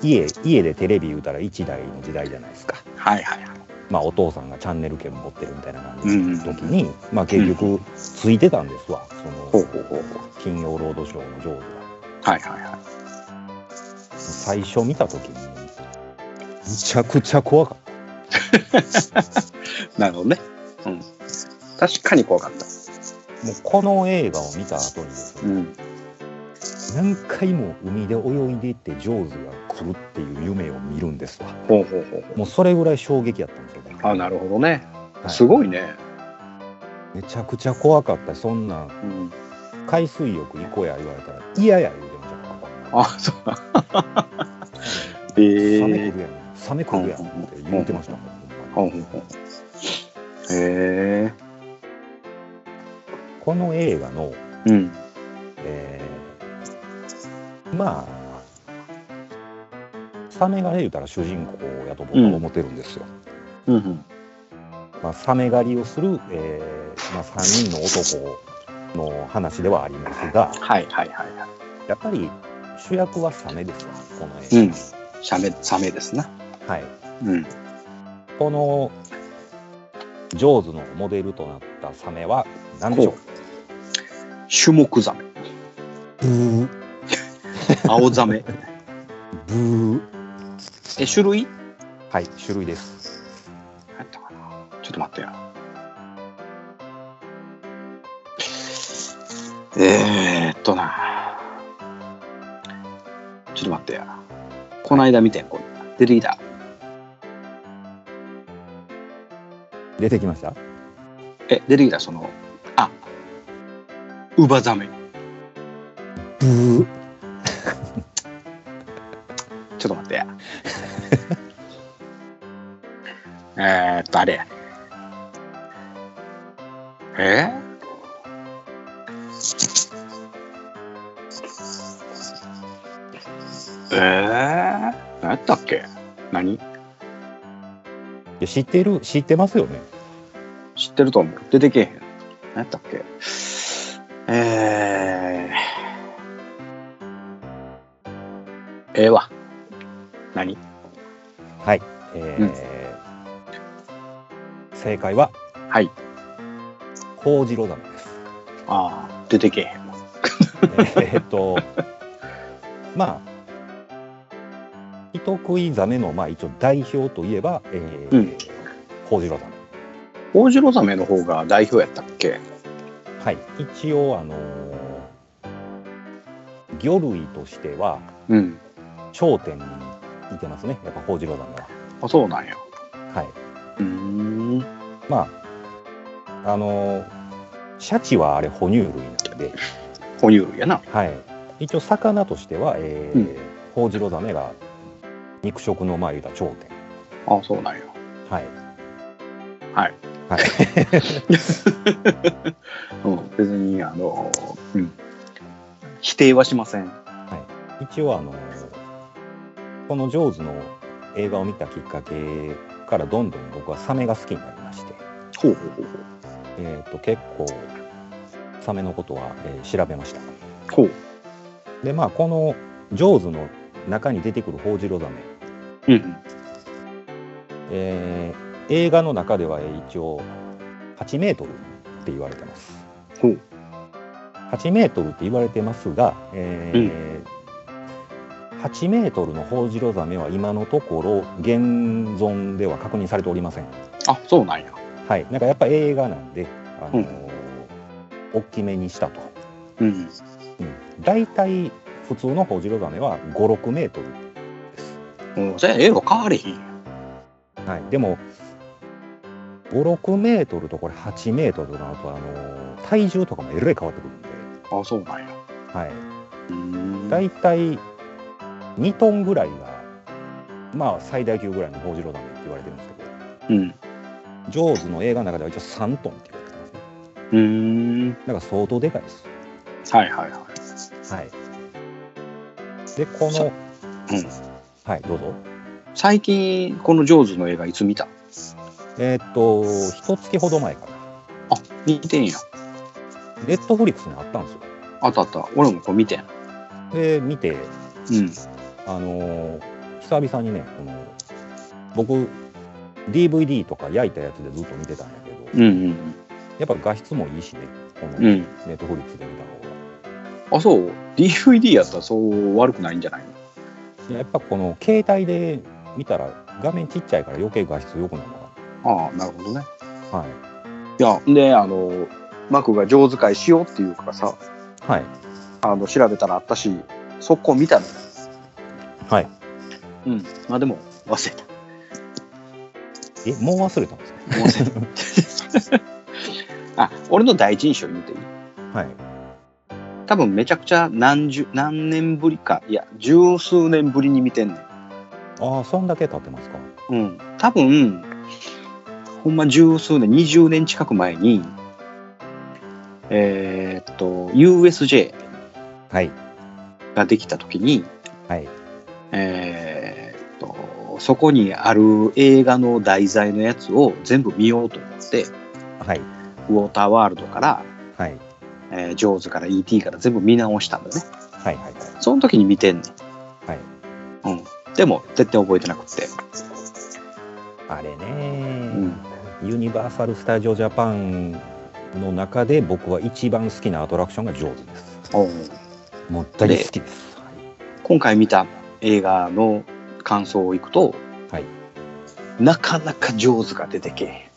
[SPEAKER 2] 家、家でテレビ言うたら一台の時代じゃないですか。
[SPEAKER 1] はいはいはい。
[SPEAKER 2] まあ、お父さんがチャンネル権持ってるみたいな感
[SPEAKER 1] う
[SPEAKER 2] じ
[SPEAKER 1] ん。
[SPEAKER 2] の時に、まあ、結局、ついてたんですわ。
[SPEAKER 1] ほ
[SPEAKER 2] そ
[SPEAKER 1] う
[SPEAKER 2] の、
[SPEAKER 1] ほうほうほう。
[SPEAKER 2] 金曜ロードショーの上手が。
[SPEAKER 1] はいはいはい。
[SPEAKER 2] 最初見た時に、むちゃくちゃ怖かった。
[SPEAKER 1] なるほどね。うん。確かに怖かった。
[SPEAKER 2] もうこの映画を見た後にですね、
[SPEAKER 1] ん。
[SPEAKER 2] 何回も海で泳いでいって上手が来るっていう夢を見るんですわ
[SPEAKER 1] ほうほうほうほう。
[SPEAKER 2] もうそれぐらい衝撃やったんですよね
[SPEAKER 1] あ、なるほどね。
[SPEAKER 2] はい
[SPEAKER 1] すごいね。
[SPEAKER 2] めちゃくちゃ怖かったそん
[SPEAKER 1] う
[SPEAKER 2] な
[SPEAKER 1] ん。
[SPEAKER 2] 海水浴行こうや言われたら嫌や言うてましたから
[SPEAKER 1] あ、そうだ。え
[SPEAKER 2] サメ
[SPEAKER 1] ー
[SPEAKER 2] 来。るやん、サメ来るやんって言うてましたもん、
[SPEAKER 1] ほうほうほう。へえ。
[SPEAKER 2] この映画の、
[SPEAKER 1] うん。
[SPEAKER 2] えーまあサメがね言うたら主人公やと僕は思ってるんですよ、
[SPEAKER 1] うんうん。
[SPEAKER 2] まあ、サメ狩りをする、えーまあ、3人の男の話ではありますが
[SPEAKER 1] はいはいはいは
[SPEAKER 2] やっぱり主役はサメですわこの
[SPEAKER 1] い。う
[SPEAKER 2] 映
[SPEAKER 1] ん。サメ、サメですな。
[SPEAKER 2] 画、はい、
[SPEAKER 1] うん。
[SPEAKER 2] このジョーズのモデルとなったサメは何でしょう
[SPEAKER 1] ほシュモクザメ。
[SPEAKER 2] ブー
[SPEAKER 1] 青ザメ。
[SPEAKER 2] ブー
[SPEAKER 1] え、種類
[SPEAKER 2] はい種類です
[SPEAKER 1] 何やったかなちょっと待ってよ。えー、っとな。ちょっと待ってや。この間見てん、これ。出てきた。
[SPEAKER 2] 出てきました
[SPEAKER 1] え、出てきた、その、あ、ウバザメ。
[SPEAKER 2] ブー
[SPEAKER 1] ちょっと待ってや。 えーっと、あれや。えー、えー、何やったっけ何
[SPEAKER 2] いや知ってる知ってますよね
[SPEAKER 1] 知ってると思う。出てけえへん。何やったっけえー、ええわ。何
[SPEAKER 2] はいえー正解は
[SPEAKER 1] はい。
[SPEAKER 2] ホウジ ロザメです
[SPEAKER 1] ああ、出てけえへん。
[SPEAKER 2] えーっとまあ人食いザメのまあ一応代表といえば、えー
[SPEAKER 1] うん
[SPEAKER 2] ホウジロザメ
[SPEAKER 1] オジロザメの方が代表やったっけ
[SPEAKER 2] はい一応あのー魚類としては
[SPEAKER 1] うん。
[SPEAKER 2] 頂点に似てますねやっぱホウジロザメ
[SPEAKER 1] あ、そうなんや。
[SPEAKER 2] ははいう
[SPEAKER 1] ーん。
[SPEAKER 2] まああのーシャチはあれ哺乳類なんで、
[SPEAKER 1] 哺乳類やな。
[SPEAKER 2] はい、一応魚としては、えー
[SPEAKER 1] うん
[SPEAKER 2] ホウジロザメが肉食のまあ言うたら頂点
[SPEAKER 1] あ、そうなんや。
[SPEAKER 2] はい
[SPEAKER 1] はい。
[SPEAKER 2] はい
[SPEAKER 1] うん、別に、あの、うん。否定はしません。
[SPEAKER 2] 一応あのこの「ジョーズ」の映画を見たきっかけからどんどん僕はサメが好きになりまして、
[SPEAKER 1] ほうほうほうほう。
[SPEAKER 2] えー、と結構サメのことは、えー調べました
[SPEAKER 1] ほう。
[SPEAKER 2] でまあこの「ジョーズ」の中に出てくるホウジロザメ、
[SPEAKER 1] うんうん。
[SPEAKER 2] えー映画の中ではえー一応8メートルって言われてます
[SPEAKER 1] ほう。
[SPEAKER 2] 8メートルって言われてますが、えー8メートルのホウジロザメは今のところ現存では確認されておりません
[SPEAKER 1] あ、そうなんや。
[SPEAKER 2] はい、なんかやっぱ映画なんで、あのー
[SPEAKER 1] うん
[SPEAKER 2] 大きめにしたと、
[SPEAKER 1] うん。
[SPEAKER 2] うん、大体普通のホウジロザメは56メートル、
[SPEAKER 1] もう、じゃあ、絵は変われへんやん。
[SPEAKER 2] はい、でも56メートルとこれ8メートルとなると、あのー体重とかもえらい変わってくるんで、
[SPEAKER 1] あ、そうなんや。
[SPEAKER 2] はい、
[SPEAKER 1] うーん。
[SPEAKER 2] 大体2トンぐらいが、まあ、最大級ぐらいのホウジロザメって言われてるんですけど
[SPEAKER 1] うん。
[SPEAKER 2] ジョーズの映画の中では一応3トンって言われてますね
[SPEAKER 1] うーん。
[SPEAKER 2] だから相当でかいです
[SPEAKER 1] はいはいは
[SPEAKER 2] はい、でこ
[SPEAKER 1] そうん
[SPEAKER 2] の、はいどうぞ
[SPEAKER 1] 最近、このジョーズの映画いつ見た
[SPEAKER 2] えーっと一月ほど前かな
[SPEAKER 1] あ、見てんや。
[SPEAKER 2] ネットフリックスにあったんですよ
[SPEAKER 1] あったあった。俺もこれ見てん。
[SPEAKER 2] で見て
[SPEAKER 1] うん。
[SPEAKER 2] あのー久々にねこの僕 DVD とか焼いたやつでずっと見てたんやけど、
[SPEAKER 1] うんうん
[SPEAKER 2] やっぱ画質もいいしねこの
[SPEAKER 1] うん。う
[SPEAKER 2] ネ
[SPEAKER 1] ん。
[SPEAKER 2] ットフリックスで見た方が、
[SPEAKER 1] あ、そう。DVD やったらそう悪くないんじゃないの
[SPEAKER 2] やっぱこの携帯で見たら画面ちっちゃいから余計画質良くなるの
[SPEAKER 1] ああ、なるほどね。
[SPEAKER 2] がはい
[SPEAKER 1] いや、で、あの、マクが上手会しようっていうからさ、
[SPEAKER 2] はい
[SPEAKER 1] あの、調べたらあったし、速攻見たのよ。
[SPEAKER 2] はい
[SPEAKER 1] うん。まあでも、忘れた。
[SPEAKER 2] えもう忘れたんですか
[SPEAKER 1] もう忘れた。あ、俺の第一印象言うていい
[SPEAKER 2] はい
[SPEAKER 1] 多分めちゃくちゃ何十、何年ぶりか、いや、十数年ぶりに見てんねん。
[SPEAKER 2] ああそんだけ経ってますか
[SPEAKER 1] うん、多分ほんま十数年20年近く前にえーっと USJ
[SPEAKER 2] はい
[SPEAKER 1] ができた時に
[SPEAKER 2] はい
[SPEAKER 1] えーっとそこにある映画の題材のやつを全部見ようと思って
[SPEAKER 2] はい
[SPEAKER 1] ウォーターワールドから、
[SPEAKER 2] はい
[SPEAKER 1] えージョーズから ET から全部見直したんだよね
[SPEAKER 2] はいはい
[SPEAKER 1] その時に見てんね
[SPEAKER 2] はい
[SPEAKER 1] ん、うん、でも絶対覚えてなくって、
[SPEAKER 2] あれね、
[SPEAKER 1] うん、
[SPEAKER 2] ユニバーサル・スタジオ・ジャパンの中で僕は一番好きなアトラクションがジョーズです
[SPEAKER 1] おう
[SPEAKER 2] もう大好きです、はい
[SPEAKER 1] 今回見た映画の感想をいくと、
[SPEAKER 2] はい
[SPEAKER 1] なかなか上手が出てけ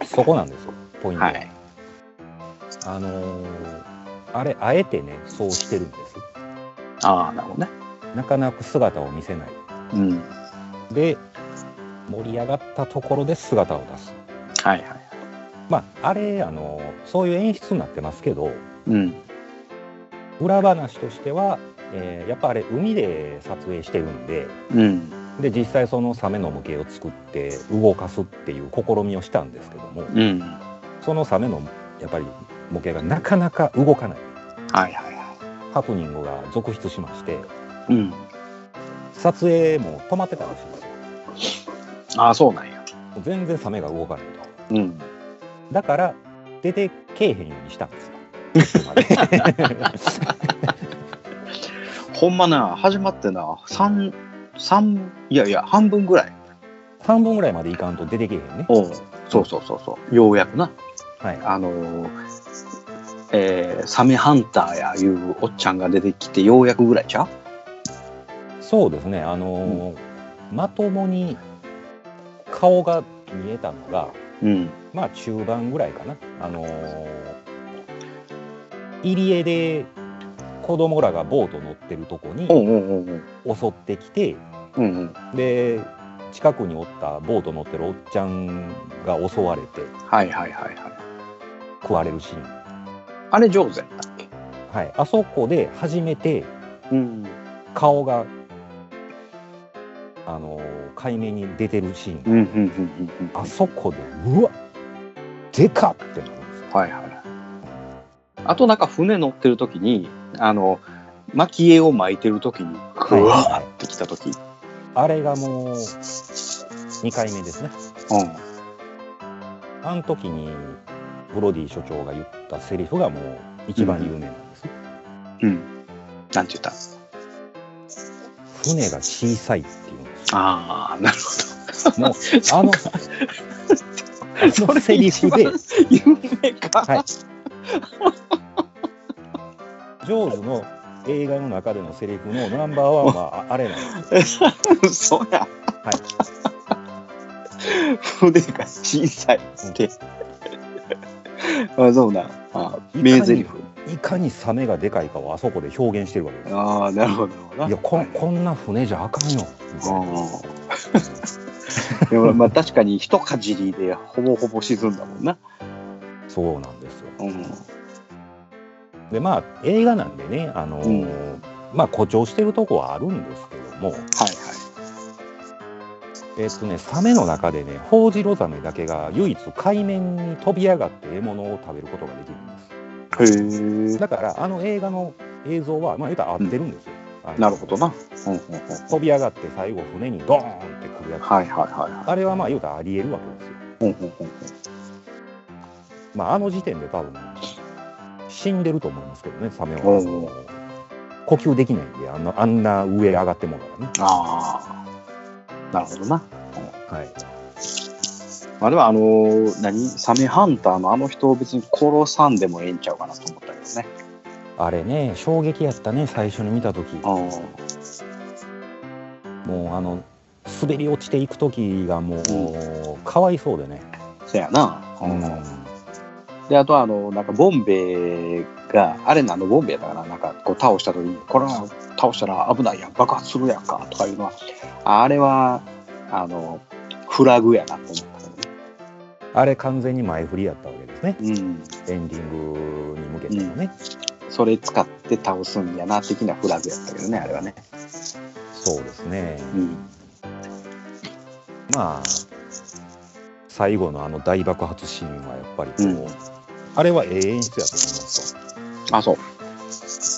[SPEAKER 1] え
[SPEAKER 2] そこなんですよポ
[SPEAKER 1] へ
[SPEAKER 2] イン
[SPEAKER 1] ん、
[SPEAKER 2] トは、
[SPEAKER 1] はい、
[SPEAKER 2] あのーあれあえてねそうしてるんです
[SPEAKER 1] ああなるほどね
[SPEAKER 2] なかなか姿を見せない
[SPEAKER 1] うんはい
[SPEAKER 2] で盛り上がったところで姿を出す
[SPEAKER 1] はい
[SPEAKER 2] まああれあのそういう演出になってますけど
[SPEAKER 1] うん
[SPEAKER 2] 裏話としては、えーやっぱあれ海で撮影してるんで
[SPEAKER 1] うん
[SPEAKER 2] で実際そのサメの模型を作って動かすっていう試みをしたんですけども
[SPEAKER 1] うんは
[SPEAKER 2] そのサメのやっぱり模型がなかなか動かない
[SPEAKER 1] いはいは
[SPEAKER 2] ハプニングが続出しまして
[SPEAKER 1] いうん
[SPEAKER 2] 撮影も止まってたらしいんですよ
[SPEAKER 1] ああそうなんや
[SPEAKER 2] 全然サメが動かないと
[SPEAKER 1] うん
[SPEAKER 2] だから出てけえへんようにしたんですよ
[SPEAKER 1] ほんまな始まってな三三いやいや半分ぐらい
[SPEAKER 2] 半分ぐらいまでいかんと出てけえへんね
[SPEAKER 1] おうそうそうそうそうようやくな
[SPEAKER 2] はい
[SPEAKER 1] あのーえーサメハンターやいうおっちゃんが出てきてようやくぐらいちゃう
[SPEAKER 2] そうですね、あのーまともに顔が見えたのが、
[SPEAKER 1] うん
[SPEAKER 2] まあ、中盤ぐらいかな、あのー入り江で子供らがボート乗ってるとこに
[SPEAKER 1] おうおうおうおう
[SPEAKER 2] 襲ってきて、
[SPEAKER 1] うんうん
[SPEAKER 2] で近くにおったボート乗ってるおっちゃんが襲われて
[SPEAKER 1] はいはいはいはい
[SPEAKER 2] 食われるシーン、
[SPEAKER 1] あれ上手やったっけ
[SPEAKER 2] はい、あそこで初めて
[SPEAKER 1] うん。
[SPEAKER 2] 顔が、あのー海面に出てるシーン。
[SPEAKER 1] うんうんうんうんうん。
[SPEAKER 2] あそこでうわでかってなるんですよ
[SPEAKER 1] はいはい。あとなんか船乗ってる時に、あの、蒔絵を巻いてる時に、
[SPEAKER 2] い
[SPEAKER 1] ぐわーってきた時。
[SPEAKER 2] あれがもう2回目ですね
[SPEAKER 1] う
[SPEAKER 2] あの時にブロディ所長が言ったセリフがもう一番有名なんです、
[SPEAKER 1] ん。うん。なんて言った
[SPEAKER 2] 船が小さいっていうんですよ
[SPEAKER 1] ああ、なるほ
[SPEAKER 2] もうあのあのセリフで
[SPEAKER 1] そど。有名か。
[SPEAKER 2] はいジョーズの映画の中でのセリフのナンバーワンはああれなんですよ
[SPEAKER 1] 嘘や。はい。船が小さいって。あ、そうな。あ名台詞。
[SPEAKER 2] いかにサメがでかいかをあそこで表現してるわけですよ
[SPEAKER 1] ああ、なるほどな。
[SPEAKER 2] いやこんこんな船じゃあかんよみたいな
[SPEAKER 1] うんでもまあ確かに一かじりでほぼほぼ沈んだもんな。
[SPEAKER 2] そうなんですよ
[SPEAKER 1] うん、
[SPEAKER 2] でまあ映画なんでね、あのーまあ誇張してるとこはあるんですけども、
[SPEAKER 1] はい
[SPEAKER 2] えっとね、サメの中でねホオジロザメだけが唯一海面に飛び上がって獲物を食べることができるんで
[SPEAKER 1] はい。へえ
[SPEAKER 2] す。だからあの映画の映像はまあ言うたら合ってるんですよ、はい
[SPEAKER 1] なるほどな。うんうんうん。
[SPEAKER 2] 飛び上がって最後船にドーンってくるやつ、
[SPEAKER 1] はいはいは
[SPEAKER 2] あれはまあ言うたらありえるわけですよ、
[SPEAKER 1] い。うんうんうん。
[SPEAKER 2] まあ、あの時点で多分死んでると思いますけどねサメは、
[SPEAKER 1] うん
[SPEAKER 2] 呼吸できないんであんなあんな上上がってもらうからね、
[SPEAKER 1] ああ。なるほどな。
[SPEAKER 2] はい、
[SPEAKER 1] まあでもあのー何サメハンターのあの人を別に殺さんでもええんちゃうかなと思ったけどね。
[SPEAKER 2] あれね衝撃やったね最初に見た時
[SPEAKER 1] う
[SPEAKER 2] もうあの滑り落ちていく時がもう、
[SPEAKER 1] う
[SPEAKER 2] かわいそうでね、
[SPEAKER 1] ん。そやな。
[SPEAKER 2] うん
[SPEAKER 1] で、あとはあの、なんかボンベイが、あれなのボンベイだから、なんかこう倒した時に、これは倒したら危ないやん、爆発するやんか、とかいうのは、あれは、あの、フラグやなと思ったけ
[SPEAKER 2] あれ完全に前振りやったわけですね
[SPEAKER 1] どね。うん。
[SPEAKER 2] エンディングに向けてのね、
[SPEAKER 1] それ使って倒すんやな、的なフラグやったけどね、あれはね。
[SPEAKER 2] そうですね
[SPEAKER 1] うん。
[SPEAKER 2] まあ最後のあの大爆発シーンはやっぱりこう、
[SPEAKER 1] うん
[SPEAKER 2] あれはええ演出やと思いますわ
[SPEAKER 1] あ、そう。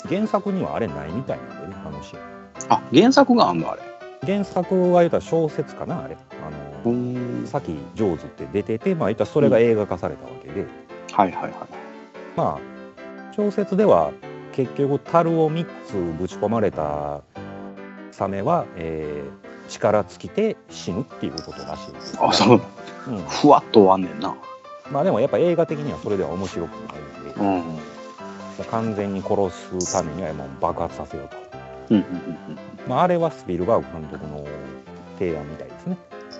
[SPEAKER 2] 原作にはあれないみたいなんでねあのシーン
[SPEAKER 1] あ、原作があんのあれ。
[SPEAKER 2] 原作は言うたら小説かなあれあの、
[SPEAKER 1] うん。
[SPEAKER 2] さっき「ジョーズ」って出ててまあ言ったらそれが映画化されたわけで、
[SPEAKER 1] はいはいはい。
[SPEAKER 2] まあ小説では結局樽を3つぶち込まれたサメは、えー力尽きて死ぬっていうことらしいです
[SPEAKER 1] あ、そう。
[SPEAKER 2] うん
[SPEAKER 1] ふわっと終わんねんな。
[SPEAKER 2] まあでもやっぱ映画的にはそれでは面白くないんで、も
[SPEAKER 1] ん。
[SPEAKER 2] う完全に殺すためにはもう爆発させようと、
[SPEAKER 1] うんうんうん
[SPEAKER 2] まあ、あれはスピルバーグ監督の提案みたいですね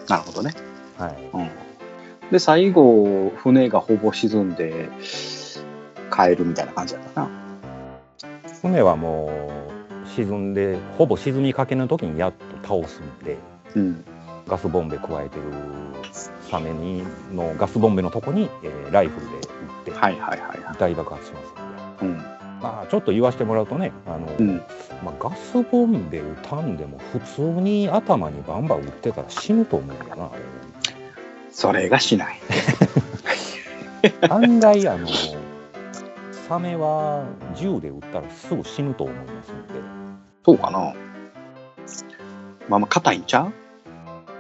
[SPEAKER 1] なるほどね。
[SPEAKER 2] はい
[SPEAKER 1] うん、で、最後、船がほぼ沈んで、帰るみたいな感じだったな。
[SPEAKER 2] 船はもう沈んでほぼ沈みかけの時にやっと倒すんで
[SPEAKER 1] うん。
[SPEAKER 2] ガスボンベ加えてるサメにのガスボンベのとこに、えーライフルで撃って
[SPEAKER 1] はいはいはいは
[SPEAKER 2] 大爆発しますんで、
[SPEAKER 1] い。うん。
[SPEAKER 2] まあちょっと言わせてもらうとねあの、
[SPEAKER 1] うん
[SPEAKER 2] まあ、ガスボンベ撃たんでも普通に頭にバンバン撃ってたら死ぬと思うんだよなあれ
[SPEAKER 1] それがしない。
[SPEAKER 2] 案外あのサメは銃で撃ったらすぐ死ぬと思いますので
[SPEAKER 1] そうかな。まあまあ、硬いんちゃう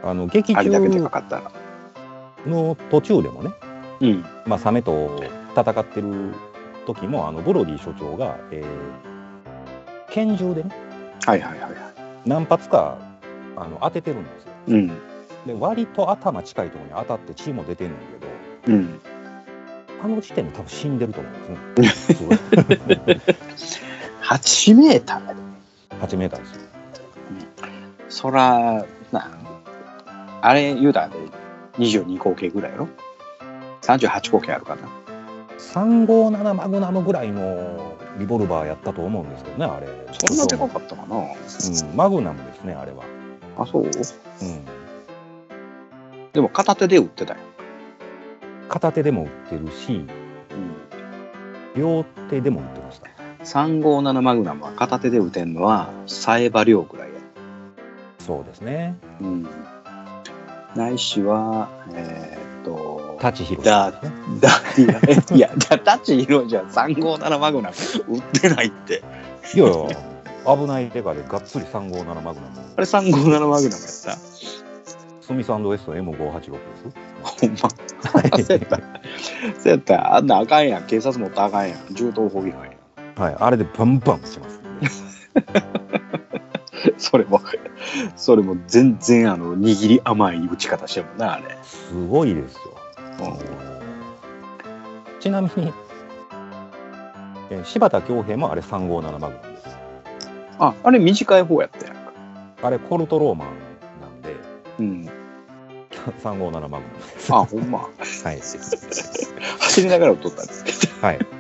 [SPEAKER 2] あの劇
[SPEAKER 1] あれだけでか
[SPEAKER 2] 中
[SPEAKER 1] かったら。
[SPEAKER 2] の途中でもね、
[SPEAKER 1] うん。
[SPEAKER 2] まあ、サメと戦ってる時もあのブロディ所長が、えー拳銃でね
[SPEAKER 1] はいはいはいは
[SPEAKER 2] 何発かあの当ててるんですよ
[SPEAKER 1] い。うん。
[SPEAKER 2] で割と頭近いところに当たって血も出てんねんけ
[SPEAKER 1] う
[SPEAKER 2] ど
[SPEAKER 1] ん。
[SPEAKER 2] あの時点で多分死んでると思うんですねすごい。
[SPEAKER 1] 8メーターやで。
[SPEAKER 2] 8メーターですよ。
[SPEAKER 1] そら、な、あれ言うたらで22口径ぐらいやろ ?38 口径あるかな。
[SPEAKER 2] 357マグナムぐらいのリボルバーやったと思うんですけどね、あれ。
[SPEAKER 1] そんなでかかったかな
[SPEAKER 2] うん、マグナムですね、あれは。
[SPEAKER 1] あ、そう
[SPEAKER 2] うん。
[SPEAKER 1] でも片手で打ってたよ。
[SPEAKER 2] 片手でも売ってるし、
[SPEAKER 1] うん。
[SPEAKER 2] 両手でも売ってました。
[SPEAKER 1] 357マグナムは片手で打てんのはサエバ量ぐらいや、
[SPEAKER 2] そうですね。
[SPEAKER 1] うん、ないしはえーっと
[SPEAKER 2] 舘ひろし
[SPEAKER 1] だ
[SPEAKER 2] ですね。
[SPEAKER 1] だいやえいやじゃあタッチ ヒロじゃん357マグナム打ってないって
[SPEAKER 2] いやいや、危ないデカでがっつり357マグナム。
[SPEAKER 1] あれ357マグナムやった
[SPEAKER 2] スミスウェスト M586 です。
[SPEAKER 1] ほんまそうやったそうやったあんなあかんやん警察持ったらあかんやん銃刀法違反やん
[SPEAKER 2] はい、あれでバンバン打ちますんで。
[SPEAKER 1] それもそれも全然あの握り甘い打ち方してるもんなあれ
[SPEAKER 2] すごいですよ。ちなみに、えー柴田恭平もあれ357マグナムです。
[SPEAKER 1] ああれ短い方やったやんか
[SPEAKER 2] あれコルトローマンなんで
[SPEAKER 1] うん
[SPEAKER 2] 357マグナムです。
[SPEAKER 1] あほんま
[SPEAKER 2] はい。
[SPEAKER 1] 走りながら打っとったんです
[SPEAKER 2] はい。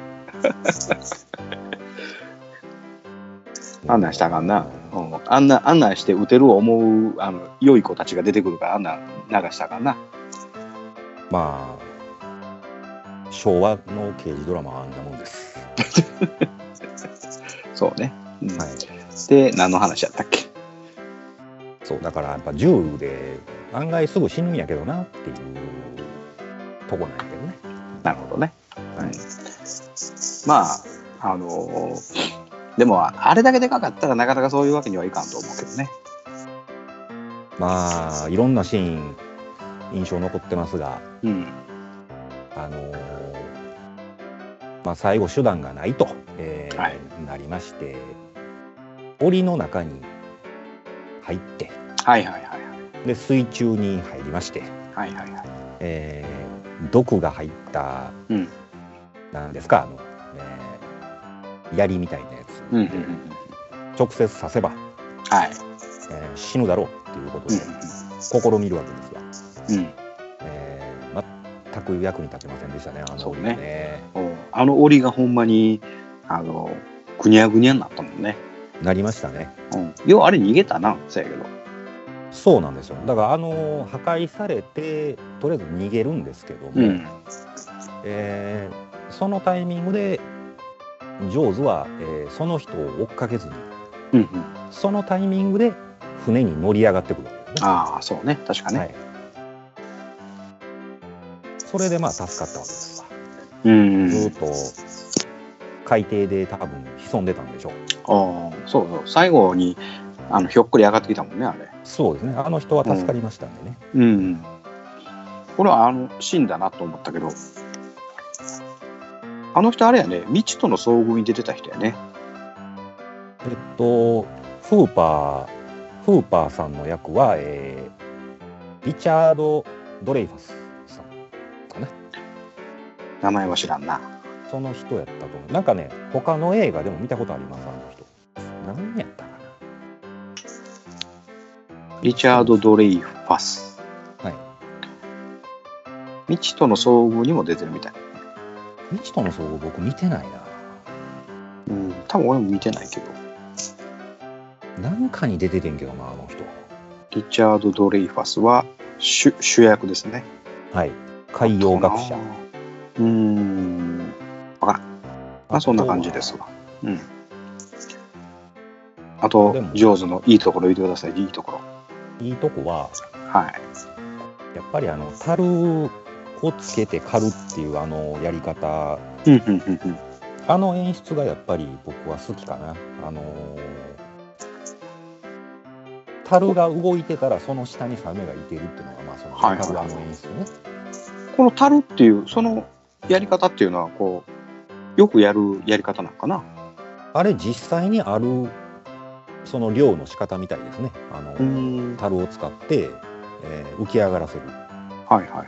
[SPEAKER 1] あんなんしたらあかんな、うん、あんなあんなんして打てる思うあの良い子たちが出てくるからあんなん流したらあかんな
[SPEAKER 2] まあ、昭和の刑事ドラマはあんなもんです。
[SPEAKER 1] そうね、うん
[SPEAKER 2] はい。
[SPEAKER 1] で何の話やったっけ
[SPEAKER 2] そう、だからやっぱ銃で案外すぐ死ぬんやけどなっていうとこなんやけどね。
[SPEAKER 1] なるほどね、はい、まああのーでもあれだけでかかったらなかなかそういうわけにはいかんと思うけどね
[SPEAKER 2] まあいろんなシーン印象残ってますが、
[SPEAKER 1] うん
[SPEAKER 2] あのーまあ、最後手段がないと、えー
[SPEAKER 1] はい
[SPEAKER 2] なりまして檻の中に入って
[SPEAKER 1] はいはいはい
[SPEAKER 2] で水中に入りまして、
[SPEAKER 1] はいはいはいはい
[SPEAKER 2] えー毒が入った、
[SPEAKER 1] うん
[SPEAKER 2] なんですかあの、えー槍みたいなやつ、
[SPEAKER 1] うんうんうん
[SPEAKER 2] 直接刺せば、
[SPEAKER 1] はい
[SPEAKER 2] えー死ぬだろうっていうことで試みるわけですが、
[SPEAKER 1] うんうん
[SPEAKER 2] えー全く役に立ちませんでしたねあの
[SPEAKER 1] そう
[SPEAKER 2] 檻
[SPEAKER 1] ね
[SPEAKER 2] がね。
[SPEAKER 1] うんあの檻がほんまにあのぐにゃぐにゃになったもんね、
[SPEAKER 2] なりましたね。
[SPEAKER 1] うん、要はあれ逃げたなそやけど
[SPEAKER 2] そうなんですよだからあの破壊されてとりあえず逃げるんですけども、
[SPEAKER 1] うん
[SPEAKER 2] えーそのタイミングでジョーズは、えーその人を追っかけずに
[SPEAKER 1] うんうん
[SPEAKER 2] そのタイミングで船に乗り上がってくるわけですね。
[SPEAKER 1] ああそうね確かね、
[SPEAKER 2] はい、それでまあ助かったわけですわ
[SPEAKER 1] うん
[SPEAKER 2] ずーっと海底で多分潜んでたんでしょ
[SPEAKER 1] あ
[SPEAKER 2] う
[SPEAKER 1] あそうそう最後にあのひょっこり上がってきたもんねあれ
[SPEAKER 2] そうですねあの人は助かりましたんでね、
[SPEAKER 1] うんこれはあの死んだなと思ったけどあの人あれやね未知との遭遇に出てた人やね
[SPEAKER 2] えっと、フーパー、フーパーさんの役は、えーリチャード・ドレイファスさん。
[SPEAKER 1] 名前は知らんな
[SPEAKER 2] その人やったと思う。なんかね、他の映画でも見たことあります、あの人。何やったか
[SPEAKER 1] リチャード・ドレイファス
[SPEAKER 2] はい
[SPEAKER 1] 未知との遭遇にも出てるみたい
[SPEAKER 2] な。未知との遭遇僕見てないな。
[SPEAKER 1] うん多分俺も見てないけど
[SPEAKER 2] なんかに出ててんけどな、あの人。
[SPEAKER 1] リチャード・ドレイファスは主主役ですね
[SPEAKER 2] はい。海洋学者。
[SPEAKER 1] うーんわからんまあそんな感じですわうんあと
[SPEAKER 2] でも
[SPEAKER 1] ジョーズのいいところ言ってくださいいいところ
[SPEAKER 2] いいとこは、
[SPEAKER 1] はい
[SPEAKER 2] やっぱりあの、樽をつけて狩るっていうあのやり方
[SPEAKER 1] うんうんうんうん
[SPEAKER 2] あの演出がやっぱり僕は好きかな。あのー樽が動いてたらその下にサメがいてるっていうのがまあその
[SPEAKER 1] はいはい
[SPEAKER 2] 樽あの演出ね。
[SPEAKER 1] この樽っていうそのやり方っていうのはこうよくやるやり方なんかな
[SPEAKER 2] あれ実際にあるその漁の仕方みたいですね。あの
[SPEAKER 1] ん
[SPEAKER 2] 樽を使って、えー浮き上がらせる。
[SPEAKER 1] はいはいは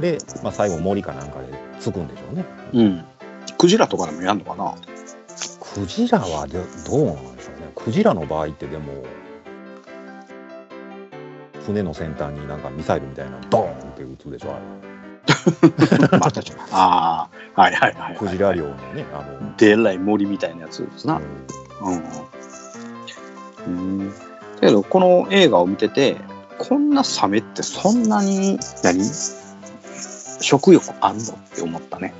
[SPEAKER 2] で、まあ、最後森かなんかでつくんでしょうね。
[SPEAKER 1] いうんクジラとかでもやんのか な
[SPEAKER 2] クジラはでどうなんでしょうね。クジラの場合ってでも船の先端になんかミサイルみたいなドーンって撃つでしょあれ。
[SPEAKER 1] まあ確かにああはいはいはい、
[SPEAKER 2] ク
[SPEAKER 1] はい、
[SPEAKER 2] ジラ漁のね、あの、
[SPEAKER 1] でえらい森みたいなやつですなう
[SPEAKER 2] うん
[SPEAKER 1] ん。うん。けど、この映画を見てて、こんなサメってそんなに、何食欲あんのって思ったね。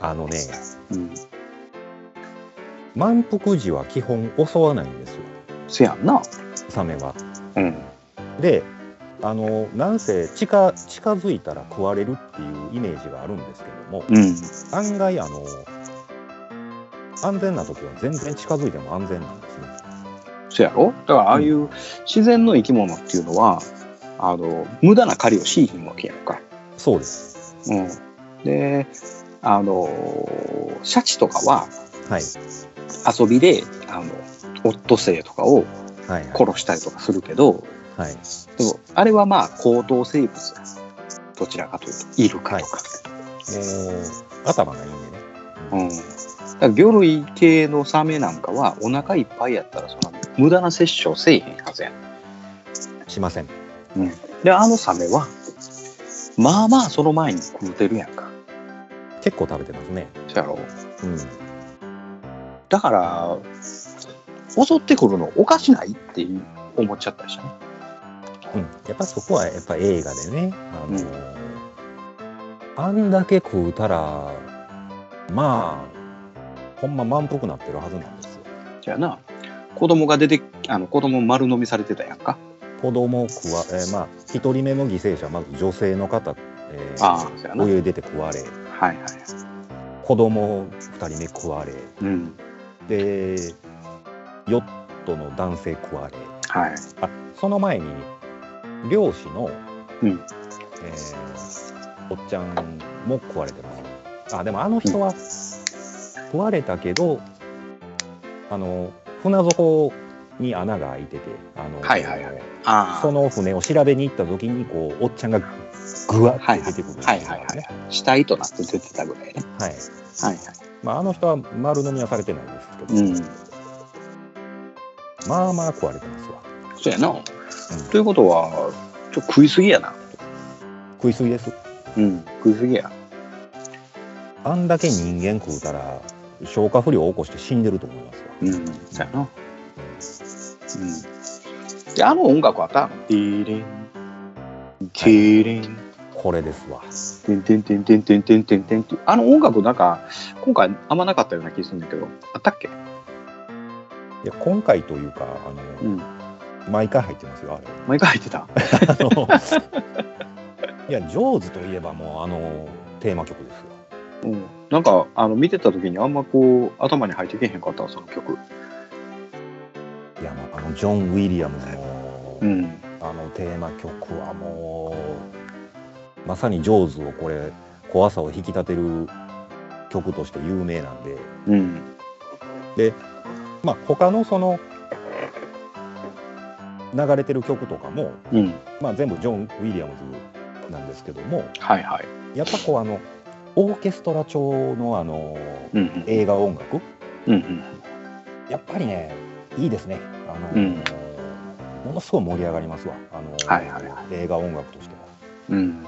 [SPEAKER 2] あのね、
[SPEAKER 1] うん。
[SPEAKER 2] 満腹時は基本襲わないんですよ、
[SPEAKER 1] せやんな。
[SPEAKER 2] サメは。
[SPEAKER 1] うん。
[SPEAKER 2] で、あの、なんせ近近づいたら食われるっていうイメージがあるんですけども、
[SPEAKER 1] うん。
[SPEAKER 2] 案外、あの、安全な時は全然近づいても安全なんですね。
[SPEAKER 1] せやろだから、ああいう自然の生き物っていうのは、あの、無駄な狩りをしいひんわけやんか。
[SPEAKER 2] そうです。
[SPEAKER 1] うん。で、あの、シャチとかは
[SPEAKER 2] はい。
[SPEAKER 1] 遊びで、あの、オットセイとかを
[SPEAKER 2] はい、はい。
[SPEAKER 1] 殺したりとかするけど、
[SPEAKER 2] はい。
[SPEAKER 1] でもあれはまあ高等生物やどちらかというとイルカとか,、
[SPEAKER 2] もう、頭がいいんでね。
[SPEAKER 1] うん、だから魚類系のサメなんかはお腹いっぱいやったらその無駄な摂取をせえへんはずやん
[SPEAKER 2] しません。
[SPEAKER 1] であのサメはまあまあその前に食うてるやんか
[SPEAKER 2] 結構食べてますね。
[SPEAKER 1] そやろ
[SPEAKER 2] うん。
[SPEAKER 1] だから襲ってくるのおかしないって思っちゃったりしたね
[SPEAKER 2] うん、やっぱそこはやっぱ映画でね、あのーあんだけ食うたらまあほんま満腹なってるはずなんですよ
[SPEAKER 1] じゃあな子供が出てあの子供丸飲みされてたやんか
[SPEAKER 2] 子供食わ、えーまあ一人目の犠牲者まず女性の方、えー
[SPEAKER 1] ああそやなはい
[SPEAKER 2] 泳いでて食われ
[SPEAKER 1] はい
[SPEAKER 2] 子供二人目食われ
[SPEAKER 1] うん
[SPEAKER 2] でヨットの男性クワゲ
[SPEAKER 1] はい。
[SPEAKER 2] あその前に漁師の、
[SPEAKER 1] うん
[SPEAKER 2] えーおっちゃんも食われてますあでもあの人は食われたけど、あの船底に穴が開いててあの、
[SPEAKER 1] はいはいはあ
[SPEAKER 2] その船を調べに行った時にこうおっちゃんがぐわって出てくるんですよ
[SPEAKER 1] は
[SPEAKER 2] ね
[SPEAKER 1] いはいはい。死体となって出てたぐらいね。
[SPEAKER 2] は
[SPEAKER 1] は
[SPEAKER 2] い
[SPEAKER 1] いは
[SPEAKER 2] まあ、あの人は丸飲みはされてないですけど、
[SPEAKER 1] うん
[SPEAKER 2] まあまあ食われてますわ
[SPEAKER 1] い。そうやな。ということは、ちょっと食いすぎやな。
[SPEAKER 2] 食いすぎです
[SPEAKER 1] うん。食いすぎや。
[SPEAKER 2] あんだけ人間食うたら消化不良を起こして死んでると思いますわ
[SPEAKER 1] うん。そうやな。うん。で、あの音楽あったディレン。ディレン。
[SPEAKER 2] これですわ
[SPEAKER 1] てんてんてんてんてんてんてんてんって。あの音楽なんか、今回あんまなかったような気するんだけど、あったっけ
[SPEAKER 2] いや今回というかあ
[SPEAKER 1] う
[SPEAKER 2] の、
[SPEAKER 1] ん。
[SPEAKER 2] 毎回入ってますよあれ
[SPEAKER 1] 毎回入ってた。
[SPEAKER 2] あのいやジョーズといえばもうあのテーマ曲ですよ
[SPEAKER 1] うん。なんか、あの、見てた時にあんまこう、頭に入ってけへんかったわその曲。
[SPEAKER 2] いやもうあのジョン・ウィリアムズの、
[SPEAKER 1] うん。
[SPEAKER 2] あのテーマ曲はもうまさにジョーズをこれ怖さを引き立てる曲として有名なんで
[SPEAKER 1] うん。
[SPEAKER 2] まあ他のその流れてる曲とかも、
[SPEAKER 1] うん。
[SPEAKER 2] まあ、全部ジョン・ウィリアムズなんですけども
[SPEAKER 1] はいはい。
[SPEAKER 2] やっぱこうあのオーケストラ調のあの
[SPEAKER 1] うんうん。
[SPEAKER 2] 映画音楽
[SPEAKER 1] うんうん。
[SPEAKER 2] やっぱりねいいですねあの、
[SPEAKER 1] うん
[SPEAKER 2] ものすごい盛り上がりますわあの、
[SPEAKER 1] はいはいは
[SPEAKER 2] 映画音楽としては。
[SPEAKER 1] うん。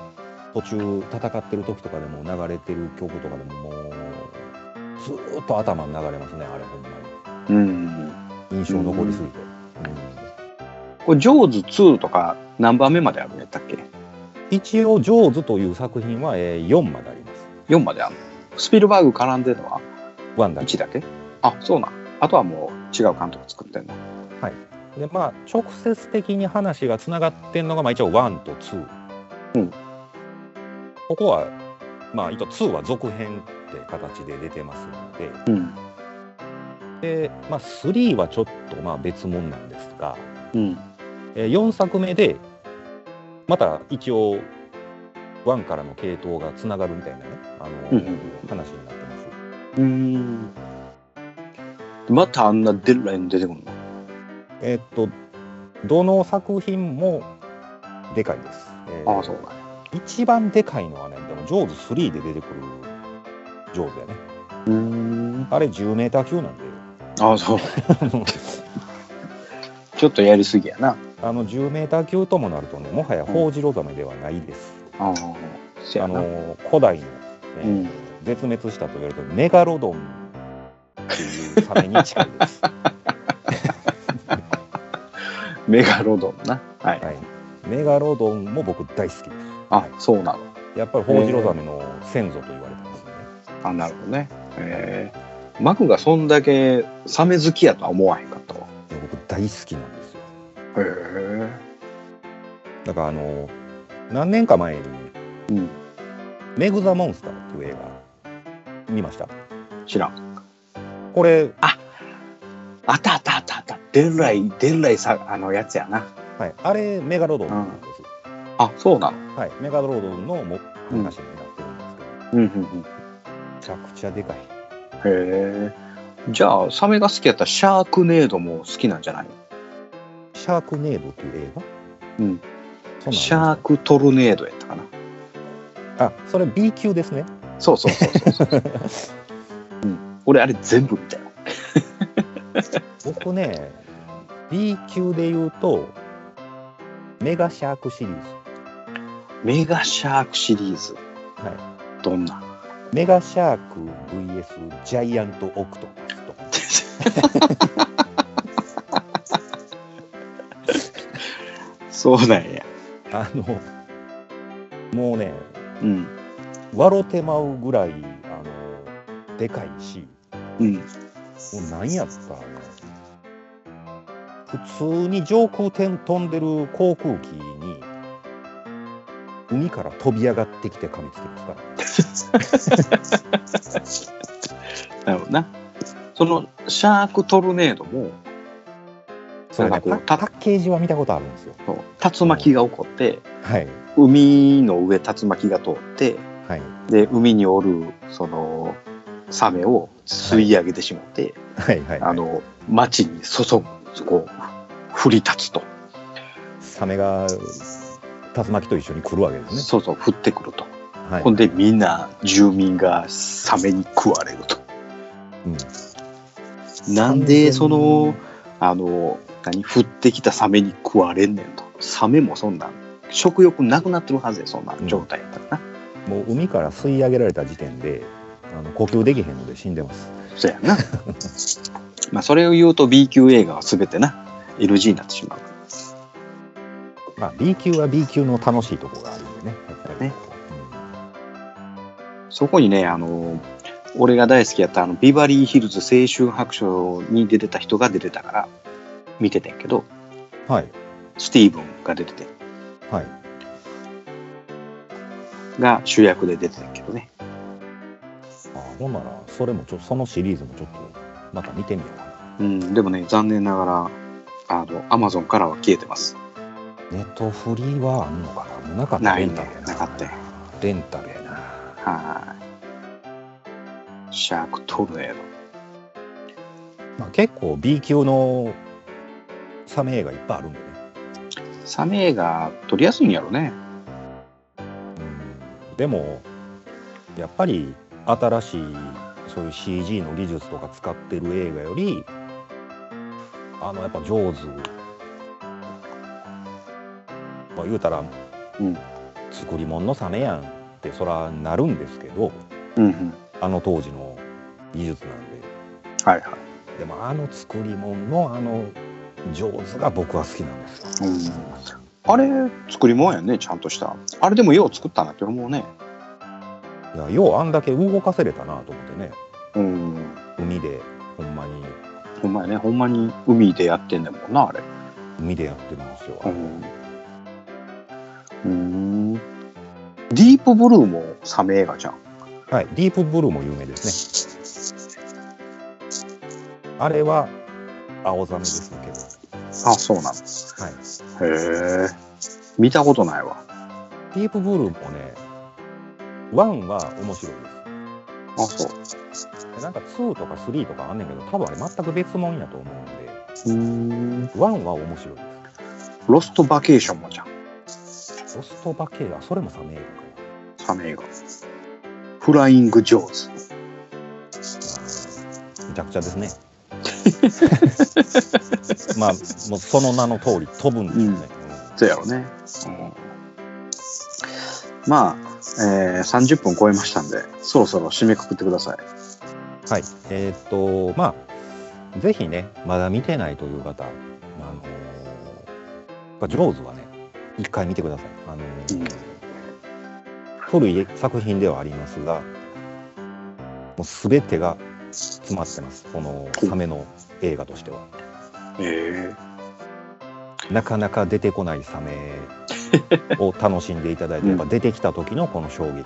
[SPEAKER 2] 途中戦ってる時とかでも流れてる曲とかでももうずーっと頭に流れますねあれほんま
[SPEAKER 1] うん。
[SPEAKER 2] に印象残りすぎて、
[SPEAKER 1] これ、ジョーズ2とか何番目まであるんやったっけ
[SPEAKER 2] うん一応「ジョーズ」という作品は、えー4まであります
[SPEAKER 1] ?4 まであるのスピルバーグ絡んでるのは
[SPEAKER 2] ワンダ
[SPEAKER 1] 1だけあ、そうなん。あとはもう違う監督作ってんの。
[SPEAKER 2] でまあ直接的に話がつながってんのが、まあ、一応1と2、
[SPEAKER 1] うん
[SPEAKER 2] ここはまあ一応2は続編って形で出てますので
[SPEAKER 1] うん。
[SPEAKER 2] で、まあ、3はちょっとまあ別物なんですが、
[SPEAKER 1] うん。
[SPEAKER 2] えー4作目でまた一応1からの系統がつながるみたいなね、あのー
[SPEAKER 1] うんうん
[SPEAKER 2] 話になってます
[SPEAKER 1] うん。またあんなデルラに出てくるの
[SPEAKER 2] えーっとどの作品もでかいです、えー
[SPEAKER 1] あそうなんや。
[SPEAKER 2] 一番でかいのはねでもジョーズ3で出てくるジョーズやね
[SPEAKER 1] うん。
[SPEAKER 2] あれ10メーター級なんで
[SPEAKER 1] あそう。 ちょっとやりすぎやな。
[SPEAKER 2] あの10メーター級ともなるとねもはやホウジロザメではないです、
[SPEAKER 1] ああ。せ
[SPEAKER 2] あ
[SPEAKER 1] やな。
[SPEAKER 2] のー古代の、ね
[SPEAKER 1] うん
[SPEAKER 2] 絶滅したと言われてるメガロドンっていうサメに近い です。
[SPEAKER 1] メガロドンな。はい。
[SPEAKER 2] はい、メガロドンも僕大好きです。
[SPEAKER 1] あ、そうなの。
[SPEAKER 2] やっぱりホウジロザメの先祖と言われてますね。
[SPEAKER 1] あ、なるほどね。えー、マクがそんだけサメ好きやとは思わへんかったわ。
[SPEAKER 2] いや僕大好きなんですよ。
[SPEAKER 1] へえ。
[SPEAKER 2] だからあの何年か前に
[SPEAKER 1] うん。
[SPEAKER 2] 「メグ・ザ・モンスター」っていう映画見ました。
[SPEAKER 1] 知らん。
[SPEAKER 2] これ、
[SPEAKER 1] あったあったあったあった。デンライ、デンライさ、あのやつやな。
[SPEAKER 2] はい、あれメガロドンなんです。
[SPEAKER 1] あ、そうなの。
[SPEAKER 2] はい、メガロドンのも話になってるんですけど、め
[SPEAKER 1] うんうん
[SPEAKER 2] ちゃくちゃでかい。
[SPEAKER 1] うん。へえ。じゃあ、サメが好きやったらシャークネードも好きなんじゃない
[SPEAKER 2] シャークネードっていう映画
[SPEAKER 1] うん。
[SPEAKER 2] そんなんありました
[SPEAKER 1] シャークトルネードやったかな。
[SPEAKER 2] あそれ B 級ですね
[SPEAKER 1] そうそうそうそう そう。うん。俺、あれ全部見たよ。
[SPEAKER 2] 僕ね B 級で言うとメガシャークシリーズ
[SPEAKER 1] メガシャークシリーズ。
[SPEAKER 2] は
[SPEAKER 1] どんな
[SPEAKER 2] メガシャーク VS ジャイアントオクトパスと
[SPEAKER 1] そうなんや。
[SPEAKER 2] あのもうね
[SPEAKER 1] うん。
[SPEAKER 2] 笑てまうぐらいあのでかいし
[SPEAKER 1] うん。
[SPEAKER 2] もう何やったらね普通に上空てん飛んでる航空機に海から飛び上がってきて噛みつけますか
[SPEAKER 1] な
[SPEAKER 2] ら
[SPEAKER 1] るほどな。そのシャークトルネードも
[SPEAKER 2] それ
[SPEAKER 1] な
[SPEAKER 2] ね
[SPEAKER 1] んかこう
[SPEAKER 2] パパッケージは見たことあるんですよ。
[SPEAKER 1] そう竜巻が起こって
[SPEAKER 2] はい。
[SPEAKER 1] 海の上竜巻が通って
[SPEAKER 2] はい。
[SPEAKER 1] で海におるそのサメを吸い上げてしまって、
[SPEAKER 2] はい。はい。
[SPEAKER 1] あの町に注ぐこう降り立つと、
[SPEAKER 2] サメが竜巻と一緒に来るわけですね。
[SPEAKER 1] そうそう降ってくると、
[SPEAKER 2] はい
[SPEAKER 1] ほんでみんな住民がサメに食われると
[SPEAKER 2] うん
[SPEAKER 1] なんでそのあの何降ってきたサメに食われんねんとサメもそんなん食欲なくなってるはずやそんな状態やったらな、
[SPEAKER 2] もう海から吸い上げられた時点であの呼吸できへんので死んでます。
[SPEAKER 1] そうやんな まあそれを言うと B 級映画は全てな LG になってしまう
[SPEAKER 2] まあ B 級は B 級の楽しいとこがあるんでね。やっぱり
[SPEAKER 1] ねそこにね、あの、俺が大好きやったあのビバリーヒルズ青春白書に出てた人が出てたから見ててんけど、
[SPEAKER 2] うんはい
[SPEAKER 1] スティーブンが出てて、
[SPEAKER 2] はい。
[SPEAKER 1] が主役で出てたけどね。
[SPEAKER 2] あほんならそれもちょそのシリーズもちょっとまた見てみようか
[SPEAKER 1] うん、でもね、残念ながら、あの、アマゾンからは消えてます。
[SPEAKER 2] な。ネットフリーはあんのかなもうなかった
[SPEAKER 1] ない
[SPEAKER 2] レ
[SPEAKER 1] ね
[SPEAKER 2] ンタルやな。
[SPEAKER 1] なかったよ
[SPEAKER 2] レンタルやな。
[SPEAKER 1] はーい。シャークトルネード。
[SPEAKER 2] まあ結構 B 級のサメ映画いっぱいあるんでね。
[SPEAKER 1] サメ映画撮りやすいんやろね。
[SPEAKER 2] うんでもやっぱり新しいそういう CG の技術とか使ってる映画よりあのやっぱ上手まあ言うたら、
[SPEAKER 1] うん
[SPEAKER 2] 作り物のサメやんってそらなるんですけど
[SPEAKER 1] うんうん。
[SPEAKER 2] あの当時の技術なんで
[SPEAKER 1] はいは
[SPEAKER 2] でもあの作り物のあの上手が僕は好きなんですよ。
[SPEAKER 1] い。あれ、作り物やね、ちゃんとした。あれでもよう作ったなって思うね。
[SPEAKER 2] いやようあんだけ動かせれたなと思ってね
[SPEAKER 1] うん。
[SPEAKER 2] 海でほんまに
[SPEAKER 1] ほんまやね、ほんまに海でやってんねんもんな、あれ。
[SPEAKER 2] 海でやってるんですよ。
[SPEAKER 1] うん。ディープブルーもサメ映画じゃん。
[SPEAKER 2] はい、ディープブルーも有名ですね。あれは青ザメですけど、
[SPEAKER 1] あ、そうなんです。へえ。見たことないわ。
[SPEAKER 2] ディープブルーもね、ワンは面白いで
[SPEAKER 1] あ、そう。
[SPEAKER 2] す。でなんかツーとかスリーとかあんねんけど、多分あれ全く別物やと思うんで、
[SPEAKER 1] うん。
[SPEAKER 2] ワンは面白いで
[SPEAKER 1] ロストバケーションもじゃん。
[SPEAKER 2] す。ロストバケーラ、それもサメ映画か
[SPEAKER 1] サメ映画。フライング・ジョーズ。
[SPEAKER 2] な。むちゃくちゃですね。まあ、もうその名の通り飛ぶんですよね。
[SPEAKER 1] そうやろね。まあ、えー、30分超えましたんで、そろそろ締めくくってください。
[SPEAKER 2] はい、えーっとまあぜひねまだ見てないという方、あのーやっぱジョーズはね一回見てください、あのー
[SPEAKER 1] うん
[SPEAKER 2] 古い作品ではありますがもう全てが詰まってますこのサメの映画としては
[SPEAKER 1] え
[SPEAKER 2] なかなか出てこないサメを楽しんでいただいてやっぱ出てきた時のこの衝撃、
[SPEAKER 1] はい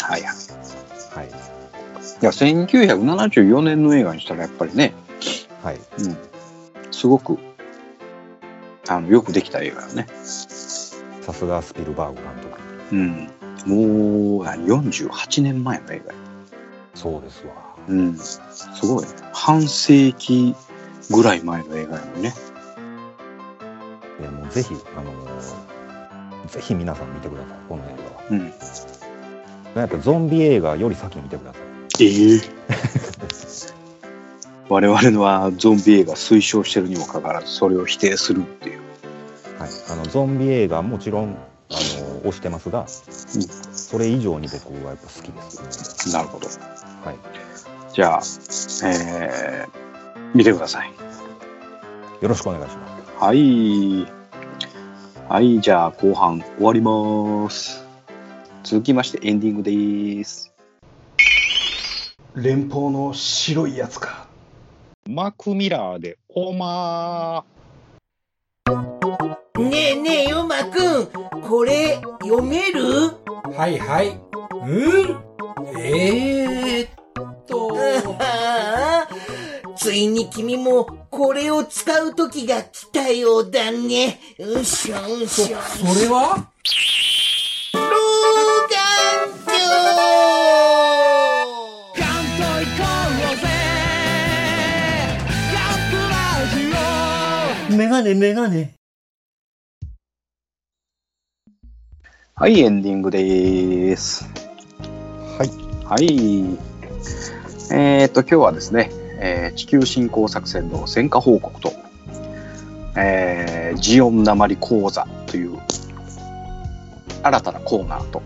[SPEAKER 1] はい。
[SPEAKER 2] はい
[SPEAKER 1] いや、1974年の映画にしたらやっぱりね、
[SPEAKER 2] はい
[SPEAKER 1] うん、すごくあのよくできた映画よね。
[SPEAKER 2] さすがスピルバーグ監督
[SPEAKER 1] うん、もうあ48年前の映画や、
[SPEAKER 2] そうですわ
[SPEAKER 1] うん、すごいね半世紀ぐらい前の映画やのにね。
[SPEAKER 2] いやもうぜひ、あのーぜひ皆さん見てください、この映画は。
[SPEAKER 1] うん、
[SPEAKER 2] なんやったらゾンビ映画より先に見てください。
[SPEAKER 1] ええ 我々のはゾンビ映画推奨してるにもかかわらずそれを否定するっていう。
[SPEAKER 2] はい、あのゾンビ映画もちろん、あのー推してますが、それ以上に僕はやっぱ好きです。
[SPEAKER 1] なるほど。
[SPEAKER 2] はい、
[SPEAKER 1] じゃあ、えー見てください。
[SPEAKER 2] よろしくお願いします。
[SPEAKER 1] はい。はい、じゃあ後半終わります。続きましてエンディングです。
[SPEAKER 9] 連邦の白いやつか
[SPEAKER 2] マクミラーでオマ
[SPEAKER 10] ねえねえ、ヨマくん、これ、読める
[SPEAKER 5] はいはい。うんえーっと。
[SPEAKER 10] ああ、 ついに君もこれを使う時が来たようだね。うっしょうっしょ。
[SPEAKER 5] それは
[SPEAKER 10] 老眼鏡
[SPEAKER 11] メガネ、メガネ。
[SPEAKER 1] はい、エンディングです。
[SPEAKER 2] はい。
[SPEAKER 1] はい。えっ、と、今日はですね、えー地球侵攻作戦の戦果報告と、えージオンなまり講座という新たなコーナーと、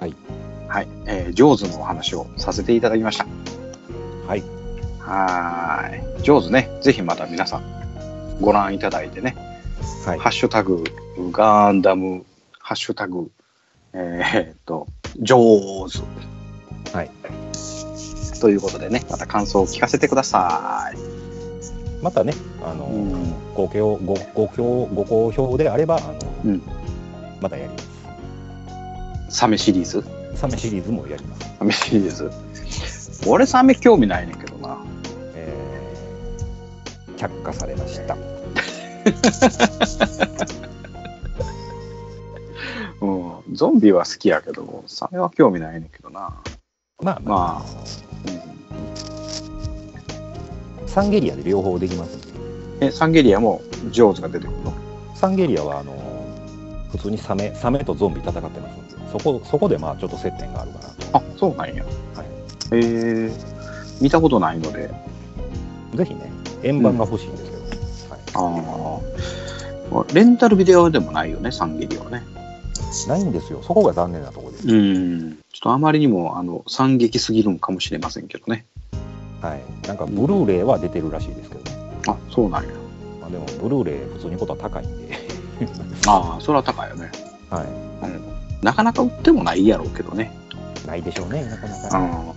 [SPEAKER 2] はい。
[SPEAKER 1] はい、えー、ジョーズのお話をさせていただきました。
[SPEAKER 2] はい。
[SPEAKER 1] はーい。ジョーズね、ぜひまた皆さんご覧いただいてね、
[SPEAKER 2] はい。
[SPEAKER 1] ハッシュタグ、ガンダム、ハッシュタグ、えーっと、ジョーズ。
[SPEAKER 2] はい。
[SPEAKER 1] ということでね、また感想を聞かせてください。
[SPEAKER 2] またね、あの、
[SPEAKER 1] うん
[SPEAKER 2] ご評ごご評ご好評であれば、あの、
[SPEAKER 1] うん
[SPEAKER 2] またやりま
[SPEAKER 1] サメシリーズ
[SPEAKER 2] す。サメシリーズもやります。
[SPEAKER 1] サメシリーズ。俺サメ興味ないねんけどな。
[SPEAKER 2] えー、却下されました。
[SPEAKER 1] うん。ゾンビは好きやけども、サメは興味ないねんけどな。
[SPEAKER 2] まあ、ま
[SPEAKER 1] ま
[SPEAKER 2] あ、サンゲリアで両方できますんで。
[SPEAKER 1] あ、え、サンゲリアもジョーズが出てくるの
[SPEAKER 2] サンゲリアはあの普通にサメサメとゾンビ戦ってますんでそこそこでまあちょっと接点があるかな
[SPEAKER 1] あ、そうなんや。
[SPEAKER 2] はい
[SPEAKER 1] えー、見たことないので、
[SPEAKER 2] とぜひね円盤が欲しいんですけど、はい、
[SPEAKER 1] ああ。レンタルビデオでもないよね、サンゲリオはね。
[SPEAKER 2] ないんですよそこが残念なところです、
[SPEAKER 1] うん。ちょっとあまりにも、あの、惨劇すぎるんかもしれませんけどね。
[SPEAKER 2] はい、なんかブルーレイは出てるらしいですけど、ね
[SPEAKER 1] あ、そうなんや。
[SPEAKER 2] まあ、でもブルーレイ普通にことは高いんで、
[SPEAKER 1] ああ、それは高いよね。
[SPEAKER 2] は
[SPEAKER 1] なかなか売ってもないやろうけどね。
[SPEAKER 2] い、ないでしょうねなかな
[SPEAKER 1] う
[SPEAKER 2] か
[SPEAKER 1] ん。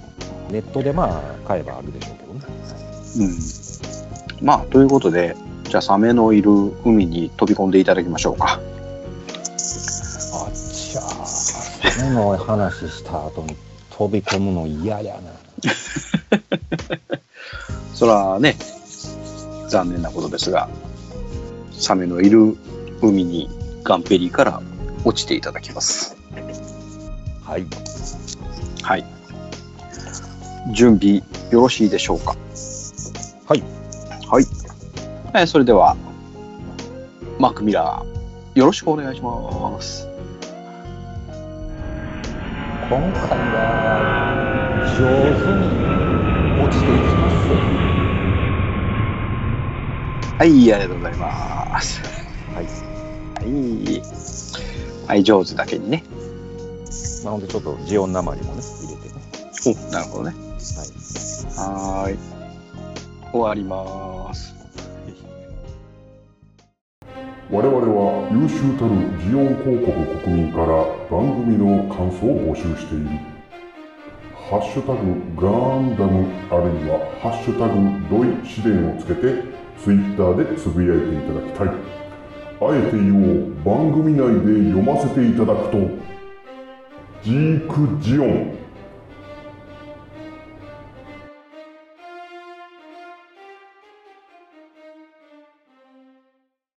[SPEAKER 2] ネットでまあ買えばあるでしょうけどね
[SPEAKER 1] うん。まあ、ということで、じゃあサメのいる海に飛び込んでいただきましょうか。
[SPEAKER 2] あっちゃーサメの話した後に飛び込むの嫌やな
[SPEAKER 1] そらね、残念なことですが、サメのいる海にガンペリーから落ちていただきます。
[SPEAKER 2] はい
[SPEAKER 1] はい。準備よろしいでしょうか。
[SPEAKER 2] はい。
[SPEAKER 1] はい。えーそれでは、マーク・ミラー、よろしくお願いします。
[SPEAKER 2] 今回は上手に落ちていきま
[SPEAKER 1] はい、ありがとうございます。
[SPEAKER 2] はい
[SPEAKER 1] はい。はい、上手だけにね。
[SPEAKER 2] す。なのでちょっとジオン鉛もね入れてね。
[SPEAKER 1] おなるほどね。はーい。終わります。
[SPEAKER 4] 我々は優秀たるジオン広告国民から番組の感想を募集している「ハッシュタグガンダム」あるいは「ハッシュタグロイ試練」をつけてツイッターでつぶやいていただきたいあえて言おう番組内で読ませていただくとジークジオン